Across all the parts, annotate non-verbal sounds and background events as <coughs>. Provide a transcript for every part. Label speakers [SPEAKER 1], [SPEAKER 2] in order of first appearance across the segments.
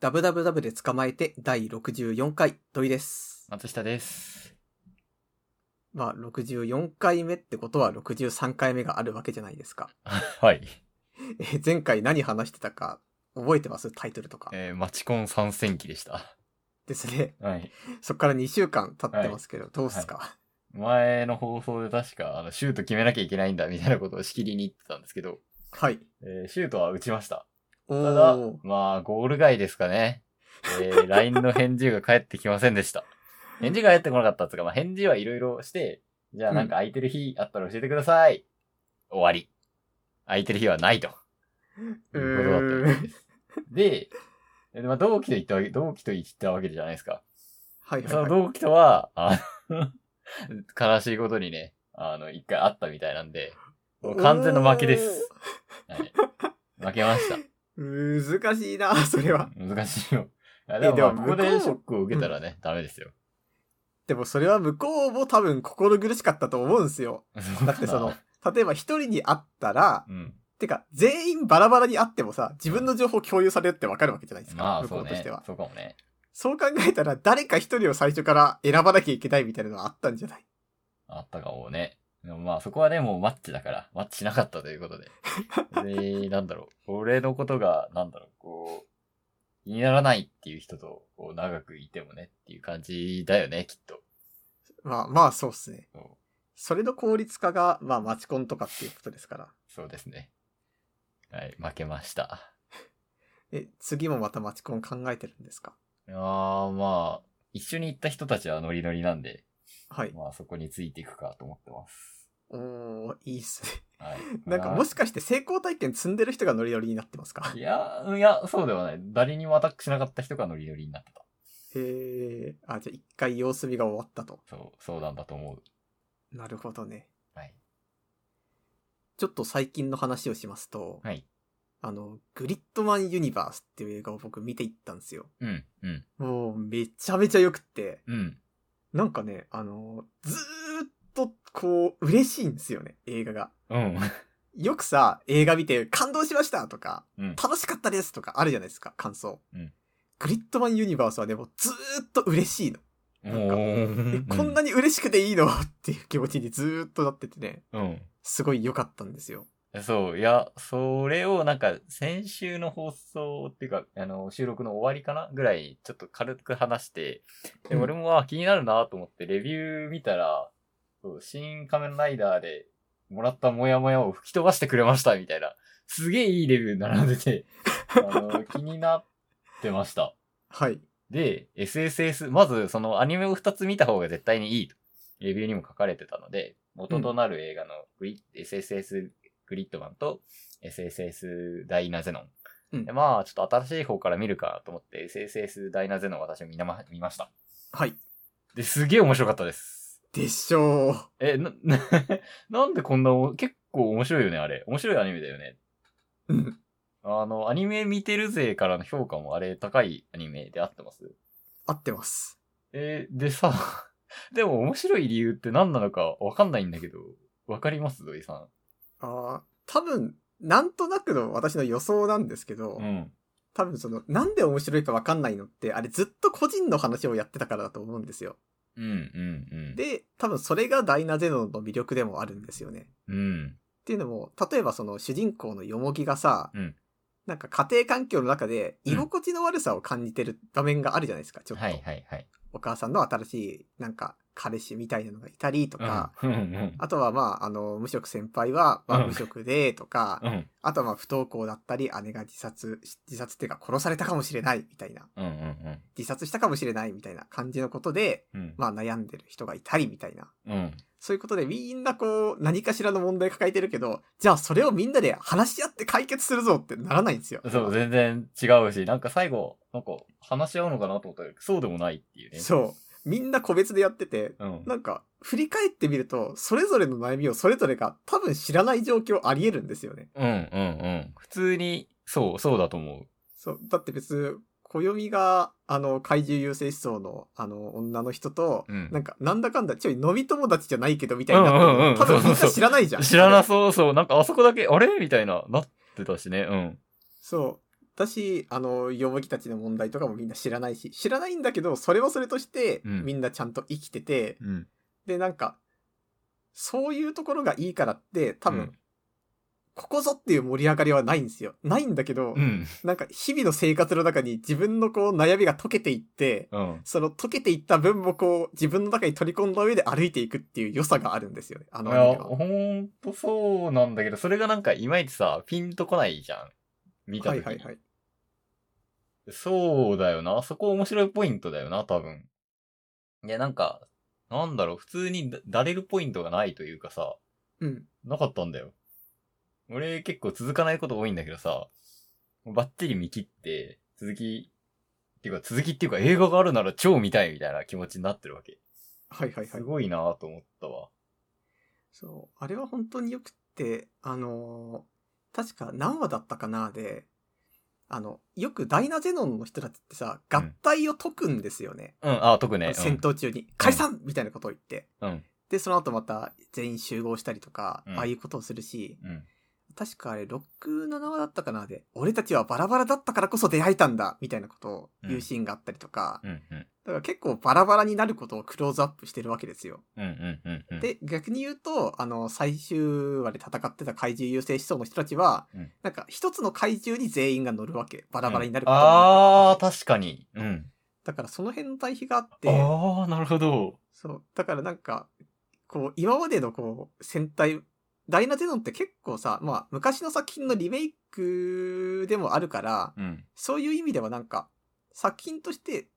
[SPEAKER 1] ダブダブダブで捕まえて第64回土井です。
[SPEAKER 2] 松下です。
[SPEAKER 1] まあ64回目ってことは63回目があるわけじゃないですか。
[SPEAKER 2] はい。
[SPEAKER 1] えー前回何話してたか覚えてますタイトルとか。
[SPEAKER 2] えー、マチコン参戦記でした。
[SPEAKER 1] ですね。
[SPEAKER 2] はい。
[SPEAKER 1] そっから2週間経ってますけど、どうっすか、
[SPEAKER 2] 前の放送で確か、あの、シュート決めなきゃいけないんだ、みたいなことをしきりに言ってたんですけど、
[SPEAKER 1] はい。
[SPEAKER 2] えーシュートは打ちました。
[SPEAKER 1] お
[SPEAKER 2] ただ
[SPEAKER 1] ー、
[SPEAKER 2] まあ、ゴール外ですかね。
[SPEAKER 1] <laughs>
[SPEAKER 2] えー、LINE の返事が返ってきませんでした。返事が返ってこなかったっていうか、まあ、返事はいろいろして、じゃあなんか空いてる日あったら教えてください。終わり。空いてる日はないと。
[SPEAKER 1] う
[SPEAKER 2] いうことだったみ
[SPEAKER 1] ー
[SPEAKER 2] たい
[SPEAKER 1] ん。
[SPEAKER 2] です。で、えまあ、同期と言ったわけ、同期と言ったわけじゃないですか。
[SPEAKER 1] はいはい
[SPEAKER 2] その
[SPEAKER 1] はい。
[SPEAKER 2] 同期とは、あの悲しいことにね、あの、一回会ったみたいなんで、もう完全の負けです。はい、負けました。
[SPEAKER 1] 難しいな、それは。
[SPEAKER 2] 難しいよ。いや
[SPEAKER 1] え
[SPEAKER 2] でも、
[SPEAKER 1] で
[SPEAKER 2] ま
[SPEAKER 1] も
[SPEAKER 2] あここで
[SPEAKER 1] 向こう
[SPEAKER 2] ショックを受けたらね、ダメですよ。
[SPEAKER 1] でもそれは向こうも多分心苦しかったと思うんですよ。 <laughs> だってそ
[SPEAKER 2] <laughs>
[SPEAKER 1] の、例えば一人に会ったら、
[SPEAKER 2] うん。
[SPEAKER 1] てか、全員バラバラにあってもさ、自分の情報共有されるってわかるわけじゃないですか、
[SPEAKER 2] まあ、
[SPEAKER 1] 向
[SPEAKER 2] そ
[SPEAKER 1] こ
[SPEAKER 2] う
[SPEAKER 1] うとし
[SPEAKER 2] ね
[SPEAKER 1] ては。。
[SPEAKER 2] そうかもね。
[SPEAKER 1] そう考えたら、誰か一人を最初から選ばなきゃいけないみたいなのはあったんじゃない
[SPEAKER 2] あったかもね。でもまあそこはね、もうマッチだから、マッチしなかったということで。
[SPEAKER 1] <laughs>
[SPEAKER 2] で、なんだろう。俺のことが、なんだろう、こう、気にならないっていう人と、こう、長くいてもねっていう感じだよね、きっと。
[SPEAKER 1] まあまあ、そうっすね。
[SPEAKER 2] そう
[SPEAKER 1] それの効率化が、まあ、マチコンとかっていうことですから。
[SPEAKER 2] そうですね。はい、負けました。
[SPEAKER 1] え、次もまたマチコン考えてるんですか
[SPEAKER 2] いやー、まあ、一緒に行った人たちはノリノリなんで、
[SPEAKER 1] はい。
[SPEAKER 2] まあそこについていくかと思ってます。
[SPEAKER 1] おー、いいっすね。
[SPEAKER 2] はい。
[SPEAKER 1] <laughs> なんか、もしかして成功体験積んでる人がノリノリになってますか
[SPEAKER 2] いや、いや、そうではない。誰にもアタックしなかった人がノリノリになってた。
[SPEAKER 1] へー。あ、じゃあ一回様子見が終わったと。
[SPEAKER 2] そう、そうなんだと思う。
[SPEAKER 1] なるほどね。
[SPEAKER 2] はい。
[SPEAKER 1] ちょっと最近の話をしますと、
[SPEAKER 2] はい。
[SPEAKER 1] あの、グリッドマンユニバースっていう映画を僕見ていったんですよ。
[SPEAKER 2] うん、うん、
[SPEAKER 1] もうめちゃめちゃ良くって、
[SPEAKER 2] うん。
[SPEAKER 1] なんかね、あの、ずーっとこう、嬉しいんですよね、映画が。
[SPEAKER 2] うん。
[SPEAKER 1] よくさ、映画見て感動しましたとか、
[SPEAKER 2] うん
[SPEAKER 1] 楽しかったですとかあるじゃないですか、感想。
[SPEAKER 2] うん
[SPEAKER 1] グリッドマンユニバースはね、もうずーっと嬉しいの。なんかえ
[SPEAKER 2] ん
[SPEAKER 1] こんなに嬉しくていいのっていう気持ちにずーっとなっててね、
[SPEAKER 2] うん。
[SPEAKER 1] すごい良かったんですよ。
[SPEAKER 2] そう、いや、それをなんか、先週の放送っていうか、あの、収録の終わりかなぐらい、ちょっと軽く話して、で、
[SPEAKER 1] うん
[SPEAKER 2] 俺も、あ、気になるなと思って、レビュー見たら、そう、新仮面ライダーで、もらったモヤモヤを吹き飛ばしてくれました、みたいな。すげえいいレビュー並んでて、あ
[SPEAKER 1] <laughs>
[SPEAKER 2] の、気になってました。
[SPEAKER 1] はい。
[SPEAKER 2] で、SSS、まずそのアニメを2つ見た方が絶対にいいと、レビューにも書かれてたので、元となる映画のグリ、SSS グリッドマンと SSS ダイナゼノン。
[SPEAKER 1] うん
[SPEAKER 2] でまあ、ちょっと新しい方から見るかと思って、SSS ダイナゼノン私も見なま見ました。
[SPEAKER 1] はい。
[SPEAKER 2] で、すげえ面白かったです。
[SPEAKER 1] でしょう。
[SPEAKER 2] え、な、ななんでこんなお、結構面白いよね、あれ。面白いアニメだよね。
[SPEAKER 1] うん
[SPEAKER 2] あの、アニメ見てる勢からの評価もあれ高いアニメで合ってます
[SPEAKER 1] 合ってます。
[SPEAKER 2] えーでさ、でも面白い理由って何なのかわかんないんだけど、わかります土井さ
[SPEAKER 1] ああ、多分、なんとなくの私の予想なんですけど、
[SPEAKER 2] ん。うん。
[SPEAKER 1] 多分その、なんで面白いかわかんないのって、あれずっと個人の話をやってたからだと思うんですよ。
[SPEAKER 2] うん、うん、うん。、
[SPEAKER 1] で、多分それがダイナゼノンの魅力でもあるんですよね。っ
[SPEAKER 2] うん。
[SPEAKER 1] ていうのも、例えばその主人公のよもぎがさ、
[SPEAKER 2] うん
[SPEAKER 1] なんか家庭環境の中で居心地の悪さを感じてる場面があるじゃないですか、ちょっと。
[SPEAKER 2] はい、はい、はい。
[SPEAKER 1] お母さんの新しい、なんか、彼氏みたいなのがいたりとか、
[SPEAKER 2] うん、うん、
[SPEAKER 1] あとはまあ、あの、無職先輩は、まあ
[SPEAKER 2] うん
[SPEAKER 1] 無職で、とか、
[SPEAKER 2] うん。うん、
[SPEAKER 1] あとはまあ不登校だったり、姉が自殺し、自殺っていうか殺されたかもしれないみたいな、
[SPEAKER 2] うん、うん
[SPEAKER 1] 自殺したかもしれないみたいな感じのことで、
[SPEAKER 2] うん。
[SPEAKER 1] まあ悩んでる人がいたりみたいな。
[SPEAKER 2] うん。
[SPEAKER 1] そういうことでみんなこう何かしらの問題抱えてるけど、じゃあそれをみんなで話し合って解決するぞってならないんですよ。
[SPEAKER 2] そう、全然違うし、なんか最後、なんか話し合うのかなと思ったら、そうでもないっていうね。う。
[SPEAKER 1] そう。みんな個別でやってて、
[SPEAKER 2] うん。
[SPEAKER 1] なんか振り返ってみると、それぞれの悩みをそれぞれが多分知らない状況あり得るんですよね。
[SPEAKER 2] うん、うん、うん。普通に、そう、そうだと思
[SPEAKER 1] そう。だって別に、暦が、あの、怪獣優勢思想の、あの、女の人と、
[SPEAKER 2] うん
[SPEAKER 1] なんか、なんだかんだ、ちょい飲み友達じゃないけど、みたいになってる
[SPEAKER 2] うんうんうん
[SPEAKER 1] 多分みん
[SPEAKER 2] そうそうそ
[SPEAKER 1] な
[SPEAKER 2] う
[SPEAKER 1] 知らないじゃん。
[SPEAKER 2] う。知らな
[SPEAKER 1] それ
[SPEAKER 2] そうそう。なんかあそこだけ、あれみたいな、なってたしね。うん。
[SPEAKER 1] そう。私、あの、ヨモギたちの問題とかもみんな知らないし、知らないんだけど、それはそれとして、
[SPEAKER 2] うん
[SPEAKER 1] みんなちゃんと生きてて、
[SPEAKER 2] うん。
[SPEAKER 1] で、なんか、そういうところがいいからって、多分、
[SPEAKER 2] うん
[SPEAKER 1] ここぞっていう盛り上がりはないんですよ。ないんだけど、
[SPEAKER 2] うん。
[SPEAKER 1] なんか日々の生活の中に自分のこう悩みが解けていって、
[SPEAKER 2] うん。
[SPEAKER 1] その解けていった分もこう自分の中に取り込んだ上で歩いていくっていう良さがあるんですよね。あ
[SPEAKER 2] い
[SPEAKER 1] のアニメ
[SPEAKER 2] や、
[SPEAKER 1] は。
[SPEAKER 2] ほんとそうなんだけど、それがなんかいまいちさ、ピンとこないじゃん。見た
[SPEAKER 1] はい
[SPEAKER 2] 時に。
[SPEAKER 1] はいはい。
[SPEAKER 2] そうだよな。そこ面白いポイントだよな、多分。いや、なんか、なんだろう、普通にだ、だれるポイントがないというかさ、
[SPEAKER 1] うん。
[SPEAKER 2] なかったんだよ。俺結構続かないこと多いんだけどさ、バッチリ見切って、続き、っていうか続きっていうか映画があるなら超見たいみたいな気持ちになってるわけ。
[SPEAKER 1] はいはいは
[SPEAKER 2] す
[SPEAKER 1] い。
[SPEAKER 2] ごいなぁと思ったわ。
[SPEAKER 1] そう。あれは本当によくって、あのー確か何話だったかなで、あの、よくダイナゼノンの人たちってさ、
[SPEAKER 2] うん
[SPEAKER 1] 合体を解くんですよね。
[SPEAKER 2] うん、あ、特に
[SPEAKER 1] あ
[SPEAKER 2] ね
[SPEAKER 1] の。戦闘中に、解散みたいなことを言って。
[SPEAKER 2] うん。
[SPEAKER 1] で、その後また全員集合したりとか、
[SPEAKER 2] うん
[SPEAKER 1] ああいうことをするし、
[SPEAKER 2] うん。
[SPEAKER 1] 確かあれ、6、7話だったかなで、俺たちはバラバラだったからこそ出会えたんだ、みたいなことを言うシーンがあったりとか、
[SPEAKER 2] うん。うん。
[SPEAKER 1] だから結構バラバラになることをクローズアップしてるわけですよ。
[SPEAKER 2] うん。うん。うん。うん、
[SPEAKER 1] で、逆に言うと、あの、最終話で戦ってた怪獣優勢思想の人たちは、
[SPEAKER 2] うん
[SPEAKER 1] なんか一つの怪獣に全員が乗るわけ。バラバラになる
[SPEAKER 2] うん
[SPEAKER 1] ことになる
[SPEAKER 2] あー、確かに。うん。
[SPEAKER 1] だからその辺の対比があって、
[SPEAKER 2] あー、なるほど。
[SPEAKER 1] そう。だからなんか、こう、今までのこう、戦隊、ダイナゼノンって結構さ、まあ、昔の作品のリメイクでもあるから、
[SPEAKER 2] うん。
[SPEAKER 1] そういう意味ではなんか、作品として、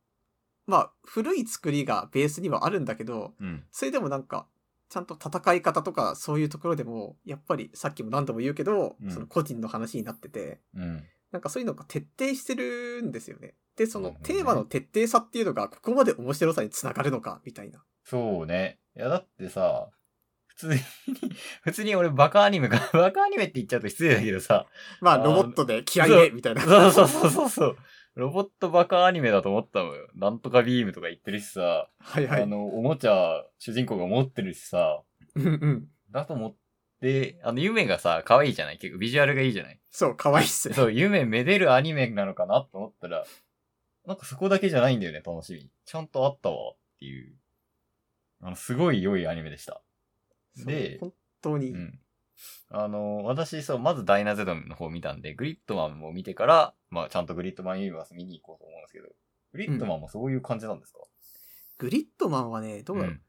[SPEAKER 1] まあ、古い作りがベースにはあるんだけど、
[SPEAKER 2] うん。
[SPEAKER 1] それでもなんか、ちゃんと戦い方とかそういうところでも、やっぱりさっきも何度も言うけど、
[SPEAKER 2] うん
[SPEAKER 1] その個人の話になってて、
[SPEAKER 2] うん。
[SPEAKER 1] なんかそういうのが徹底してるんですよね。で、その
[SPEAKER 2] なるほど
[SPEAKER 1] テ
[SPEAKER 2] ね
[SPEAKER 1] ーマの徹底さっていうのが、ここまで面白さにつながるのか、みたいな。
[SPEAKER 2] そうね。いや、だってさ、普通に、普通に俺バカアニメか、バカアニメって言っちゃうと失礼だけどさ、
[SPEAKER 1] まあ、
[SPEAKER 2] あー
[SPEAKER 1] ロボットで気合いで、みたいな。
[SPEAKER 2] そうそうそうそうそう、ロボットバカアニメだと思ったのよ。なんとかビームとか言ってるしさ、
[SPEAKER 1] <laughs> はいはい。
[SPEAKER 2] あの、おもちゃ主人公が持ってるしさ、
[SPEAKER 1] うんうん。
[SPEAKER 2] だと思って、あの、夢がさ、可愛いじゃない結構ビジュアルがいいじゃ
[SPEAKER 1] <laughs>
[SPEAKER 2] ない
[SPEAKER 1] そう、可愛いっすね。
[SPEAKER 2] そう、夢めでるアニメなのかなと思ったら、なんかそこだけじゃないんだよね、楽しみ。ちゃんとあったわ、っていう。あの、すごい良いアニメでした。
[SPEAKER 1] そう
[SPEAKER 2] で
[SPEAKER 1] 本当に。
[SPEAKER 2] うん。あの、私、そう、まずダイナゼドンの方見たんで、グリッドマンも見てから、まあ、ちゃんとグリッドマンユニバース見に行こうと思うんですけど、グリッドマンもそういう感じなんですか、
[SPEAKER 1] グリッドマンはね、どうだろう、
[SPEAKER 2] ん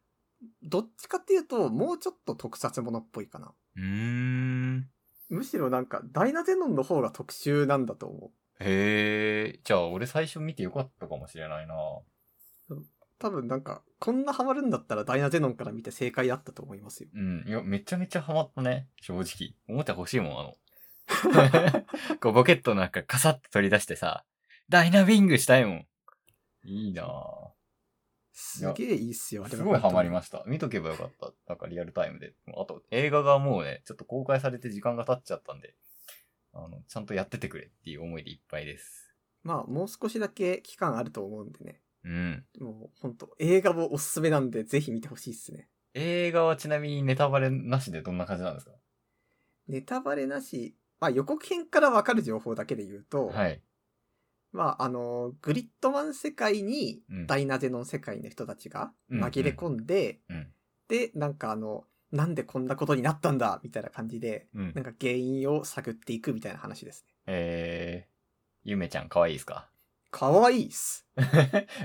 [SPEAKER 1] どっちかっていうと、もうちょっと特撮ものっぽいかな。
[SPEAKER 2] うーん。
[SPEAKER 1] むしろなんか、ダイナゼノンの方が特殊なんだと思う。
[SPEAKER 2] へえ。じゃあ、俺最初見てよかったかもしれないな。
[SPEAKER 1] 多分なんか、こんなハマるんだったらダイナゼノンから見て正解だったと思いますよ。
[SPEAKER 2] うん。いや、めちゃめちゃハマったね。正直。おもちゃ欲しいも
[SPEAKER 1] <laughs>
[SPEAKER 2] ん、あの。こう、ポケットなんかカサッと取り出してさ、ダイナビングしたいもん。いいなぁ。
[SPEAKER 1] すげえいいっすよ、あれ
[SPEAKER 2] す
[SPEAKER 1] は
[SPEAKER 2] ごいハマりました。見とけばよかった。なんかリアルタイムで。あと、映画がもうね、ちょっと公開されて時間が経っちゃったんで、あの、ちゃんとやっててくれっていう思いでいっぱいです。
[SPEAKER 1] まあ、もう少しだけ期間あると思うんでね。
[SPEAKER 2] うん。
[SPEAKER 1] もう、ほんと、映画もおすすめなんで、ぜひ見てほしいっすね。
[SPEAKER 2] 映画はちなみにネタバレなしでどんな感じなんですか
[SPEAKER 1] ネタバレなし、まあ予告編からわかる情報だけで言うと、
[SPEAKER 2] はい。
[SPEAKER 1] まあ、あの、グリッドマン世界に
[SPEAKER 2] うん、
[SPEAKER 1] ダイナゼノン世界の人たちが
[SPEAKER 2] うん
[SPEAKER 1] 紛れ込んで、
[SPEAKER 2] うん。
[SPEAKER 1] で、なんかあの、なんでこんなことになったんだみたいな感じで、
[SPEAKER 2] うん
[SPEAKER 1] なん。か原因を探っていくみたいな話ですね。
[SPEAKER 2] えー、ゆめちゃん可愛いですか
[SPEAKER 1] かわいいっす。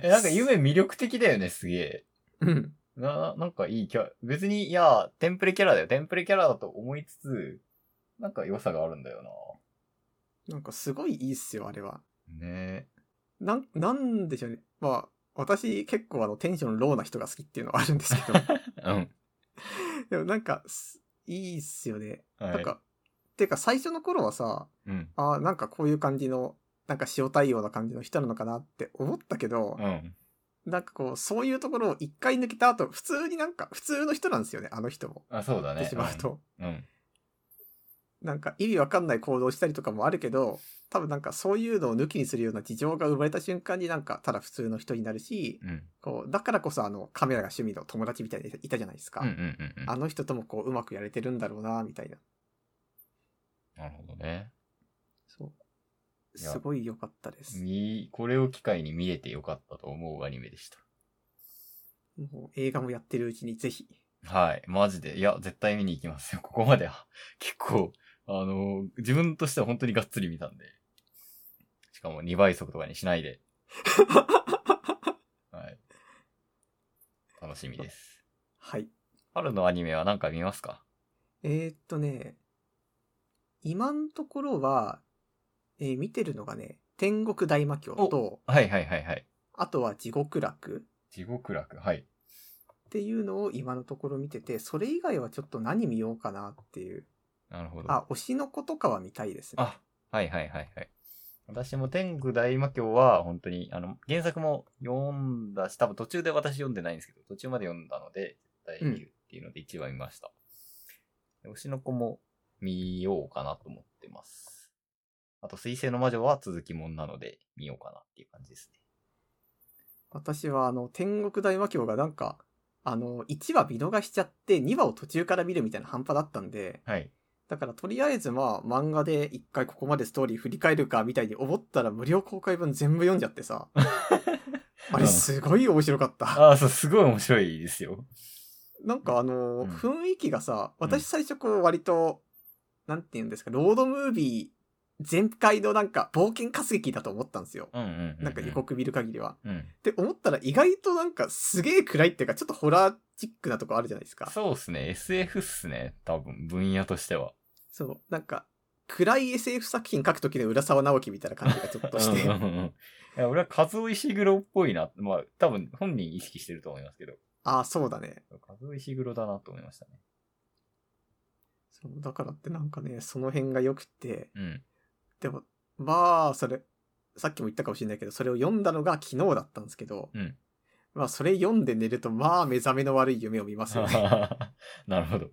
[SPEAKER 2] え、なんかゆめ魅力的だよね、すげえ。
[SPEAKER 1] うん。
[SPEAKER 2] な、なんかいいキャラ。別に、いや、テンプレキャラだよ。テンプレキャラだと思いつつ、なんか良さがあるんだよ
[SPEAKER 1] なんかすごいいいっすよ、あれは。
[SPEAKER 2] なね
[SPEAKER 1] なん、なんでしょうね。まあ、私結構あのテンションローな人が好きっていうのはあるんです
[SPEAKER 2] <laughs>
[SPEAKER 1] けど、
[SPEAKER 2] うん。
[SPEAKER 1] でもなんかす、いいっすよね。
[SPEAKER 2] な
[SPEAKER 1] なんか、てか最初の頃はさ、
[SPEAKER 2] うん。
[SPEAKER 1] あーなんかこういう感じの、なんか塩対応な感じの人なのかなって思ったけど、
[SPEAKER 2] うん。
[SPEAKER 1] なんかこう、そういうところを一回抜けた後、普通になんか、普通の人なんですよね、あの人も。
[SPEAKER 2] あ、そう
[SPEAKER 1] 言
[SPEAKER 2] だ
[SPEAKER 1] っ
[SPEAKER 2] ね。
[SPEAKER 1] てしまうと。
[SPEAKER 2] うん。うん。
[SPEAKER 1] なんか意味わかんない行動したりとかもあるけど、多分なんかそういうのを抜きにするような事情が生まれた瞬間になんか、ただ普通の人になるし、
[SPEAKER 2] うん。
[SPEAKER 1] こう、だからこそあの、カメラが趣味の友達みたいな人いたじゃないですか。
[SPEAKER 2] うん。うん。うん。
[SPEAKER 1] あの人ともこう、うまくやれてるんだろうな、みたいな。
[SPEAKER 2] なるほどね。
[SPEAKER 1] そう。
[SPEAKER 2] いや
[SPEAKER 1] すごい良かったです。
[SPEAKER 2] み、これを機会に見れてよかったと思うアニメでした。
[SPEAKER 1] もう映画もやってるうちにぜひ。
[SPEAKER 2] はい。マジで。いや、絶対見に行きますよ。ここまでは。結構、あの自分としては本当にがっつり見たんで。しかも2倍速とかにしないで。
[SPEAKER 1] <laughs>
[SPEAKER 2] はい。楽しみです。
[SPEAKER 1] はい。
[SPEAKER 2] 春のアニメは何か見ますか
[SPEAKER 1] えー、っとね、今のところは、えー見てるのがね、天国大魔教と、
[SPEAKER 2] はいはいはいはい。
[SPEAKER 1] あとは地獄楽
[SPEAKER 2] 地獄楽。はい。
[SPEAKER 1] っていうのを今のところ見てて、それ以外はちょっと何見ようかなっていう。
[SPEAKER 2] なるほど。
[SPEAKER 1] あ、推しの子とかは見たいですね。
[SPEAKER 2] あ、はいはいはいはい。私も天狗大魔教は本当に、あの、原作も読んだし、多分途中で私読んでないんですけど、途中まで読んだので、絶対見るっていうので1話見ました。で推しの子も見ようかなと思ってます。あと、水星の魔女は続きもんなので、見ようかなっていう感じですね。
[SPEAKER 1] 私はあの、天国大魔教がなんか、あの、1話見逃しちゃって、2話を途中から見るみたいな半端だったんで、
[SPEAKER 2] はい。
[SPEAKER 1] だからとりあえずまあ漫画で一回ここまでストーリー振り返るかみたいに思ったら無料公開分全部読んじゃって
[SPEAKER 2] <laughs>
[SPEAKER 1] さ。あれすごい面白かった。
[SPEAKER 2] ああ、そう、すごい面白いですよ。
[SPEAKER 1] なんかあの
[SPEAKER 2] うん
[SPEAKER 1] 雰囲気がさ、私最初こう割と、なんて言うんですか、ロードムービー全開のなんか冒険活劇だと思ったんですよ。
[SPEAKER 2] うんうんうう
[SPEAKER 1] なんか予。告見る限りは。
[SPEAKER 2] うん。
[SPEAKER 1] って思ったら意外となんかすげえ暗いっていうかちょっとホラーチックなとこあるじゃないですか。
[SPEAKER 2] そうっすね。SF っすね。多分、分野としては。
[SPEAKER 1] そう。なんか暗い SF 作品書く時の浦沢直樹みたいな感じがちょっとして
[SPEAKER 2] うん。うんうんいや俺はカズオ石黒っぽいな。まあ、多分本人意識してると思いますけど、
[SPEAKER 1] ああ、そうだね。
[SPEAKER 2] カズオ石黒だなと思いましたね。
[SPEAKER 1] そう、だからってなんかね、その辺が良くて、
[SPEAKER 2] <laughs> うん。
[SPEAKER 1] でも、まあ、それ、さっきも言ったかもしれないけど、それを読んだのが昨日だったんですけど、
[SPEAKER 2] うん
[SPEAKER 1] まあ、それ読んで寝ると、まあ、目覚めの悪い夢を見ますよね。
[SPEAKER 2] <laughs> なるほど。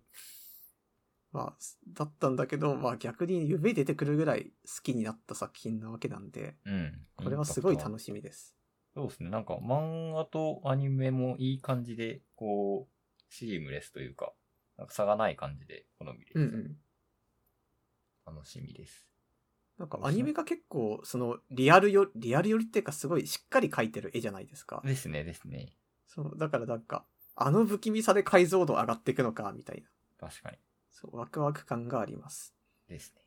[SPEAKER 1] まあ、だったんだけど、まあ、逆に夢出てくるぐらい好きになった作品なわけなんで、
[SPEAKER 2] うん。
[SPEAKER 1] これはすごい楽
[SPEAKER 2] しい。
[SPEAKER 1] しみです。
[SPEAKER 2] そうですね。なんか漫画とアニメもいい感じで、こう、シームレスというか、なんか差がない感じで好みで
[SPEAKER 1] う
[SPEAKER 2] す。
[SPEAKER 1] んうん。
[SPEAKER 2] 楽しみです。
[SPEAKER 1] なんかアニメが結構、その、リアルよ、リアルよりっていうか、すごいしっかり描いてる絵じゃないですか。
[SPEAKER 2] ですね、ですね。
[SPEAKER 1] そう、だからなんか、あの不気味さで解像度上がっていくのか、みたいな。
[SPEAKER 2] 確かに。
[SPEAKER 1] そう、ワクワク感があります。
[SPEAKER 2] ですね。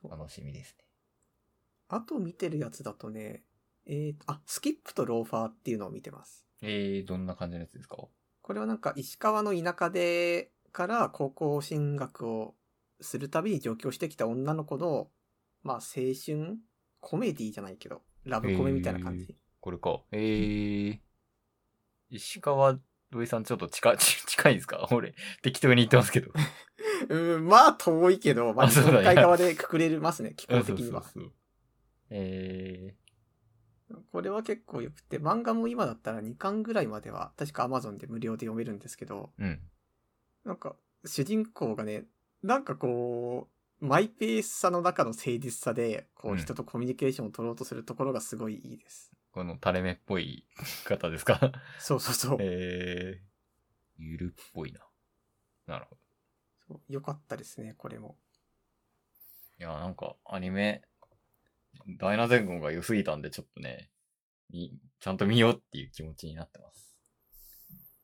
[SPEAKER 1] そう
[SPEAKER 2] 楽しみですね。
[SPEAKER 1] あと見てるやつだとね、えーと、あ、スキップとローファーっていうのを見てます。
[SPEAKER 2] えー、どんな感じのやつですか
[SPEAKER 1] これはなんか石川の田舎で、から高校進学をするたびに上京してきた女の子の、まあ青春コメディじゃないけど、ラブコメみたいな感じ。
[SPEAKER 2] これか。えー、石川土井さんちょっと近い、 <laughs> 近いんですか俺、適当に言ってますけど。
[SPEAKER 1] うーん、まあ遠いけど、まあ
[SPEAKER 2] あ
[SPEAKER 1] 日
[SPEAKER 2] そうだ
[SPEAKER 1] 本
[SPEAKER 2] ね
[SPEAKER 1] 海側でくくれますね、気候
[SPEAKER 2] <laughs> <laughs> そう
[SPEAKER 1] 的
[SPEAKER 2] そ
[SPEAKER 1] に
[SPEAKER 2] う
[SPEAKER 1] は。
[SPEAKER 2] そう。え
[SPEAKER 1] これは結構良くて、漫画も今だったら2巻ぐらいまでは、確か Amazon で無料で読めるんですけど、
[SPEAKER 2] ー、うん。
[SPEAKER 1] なんか、主人公がね、なんかこう、マイペースさの中の誠実さで、こ
[SPEAKER 2] う
[SPEAKER 1] う、
[SPEAKER 2] ん
[SPEAKER 1] 人とコミュニケーションを取ろうとするところがすごいいいです。
[SPEAKER 2] この垂れ目っぽい方です <laughs> か
[SPEAKER 1] そうそうそう。
[SPEAKER 2] えー、ゆるっぽいな。なるほど。
[SPEAKER 1] そうよかったですね、これも。
[SPEAKER 2] いや、なんか、アニメ、ダイナ前後が良すぎたんで、ちょっとね、みちゃんと見ようっていう気持ちになってます。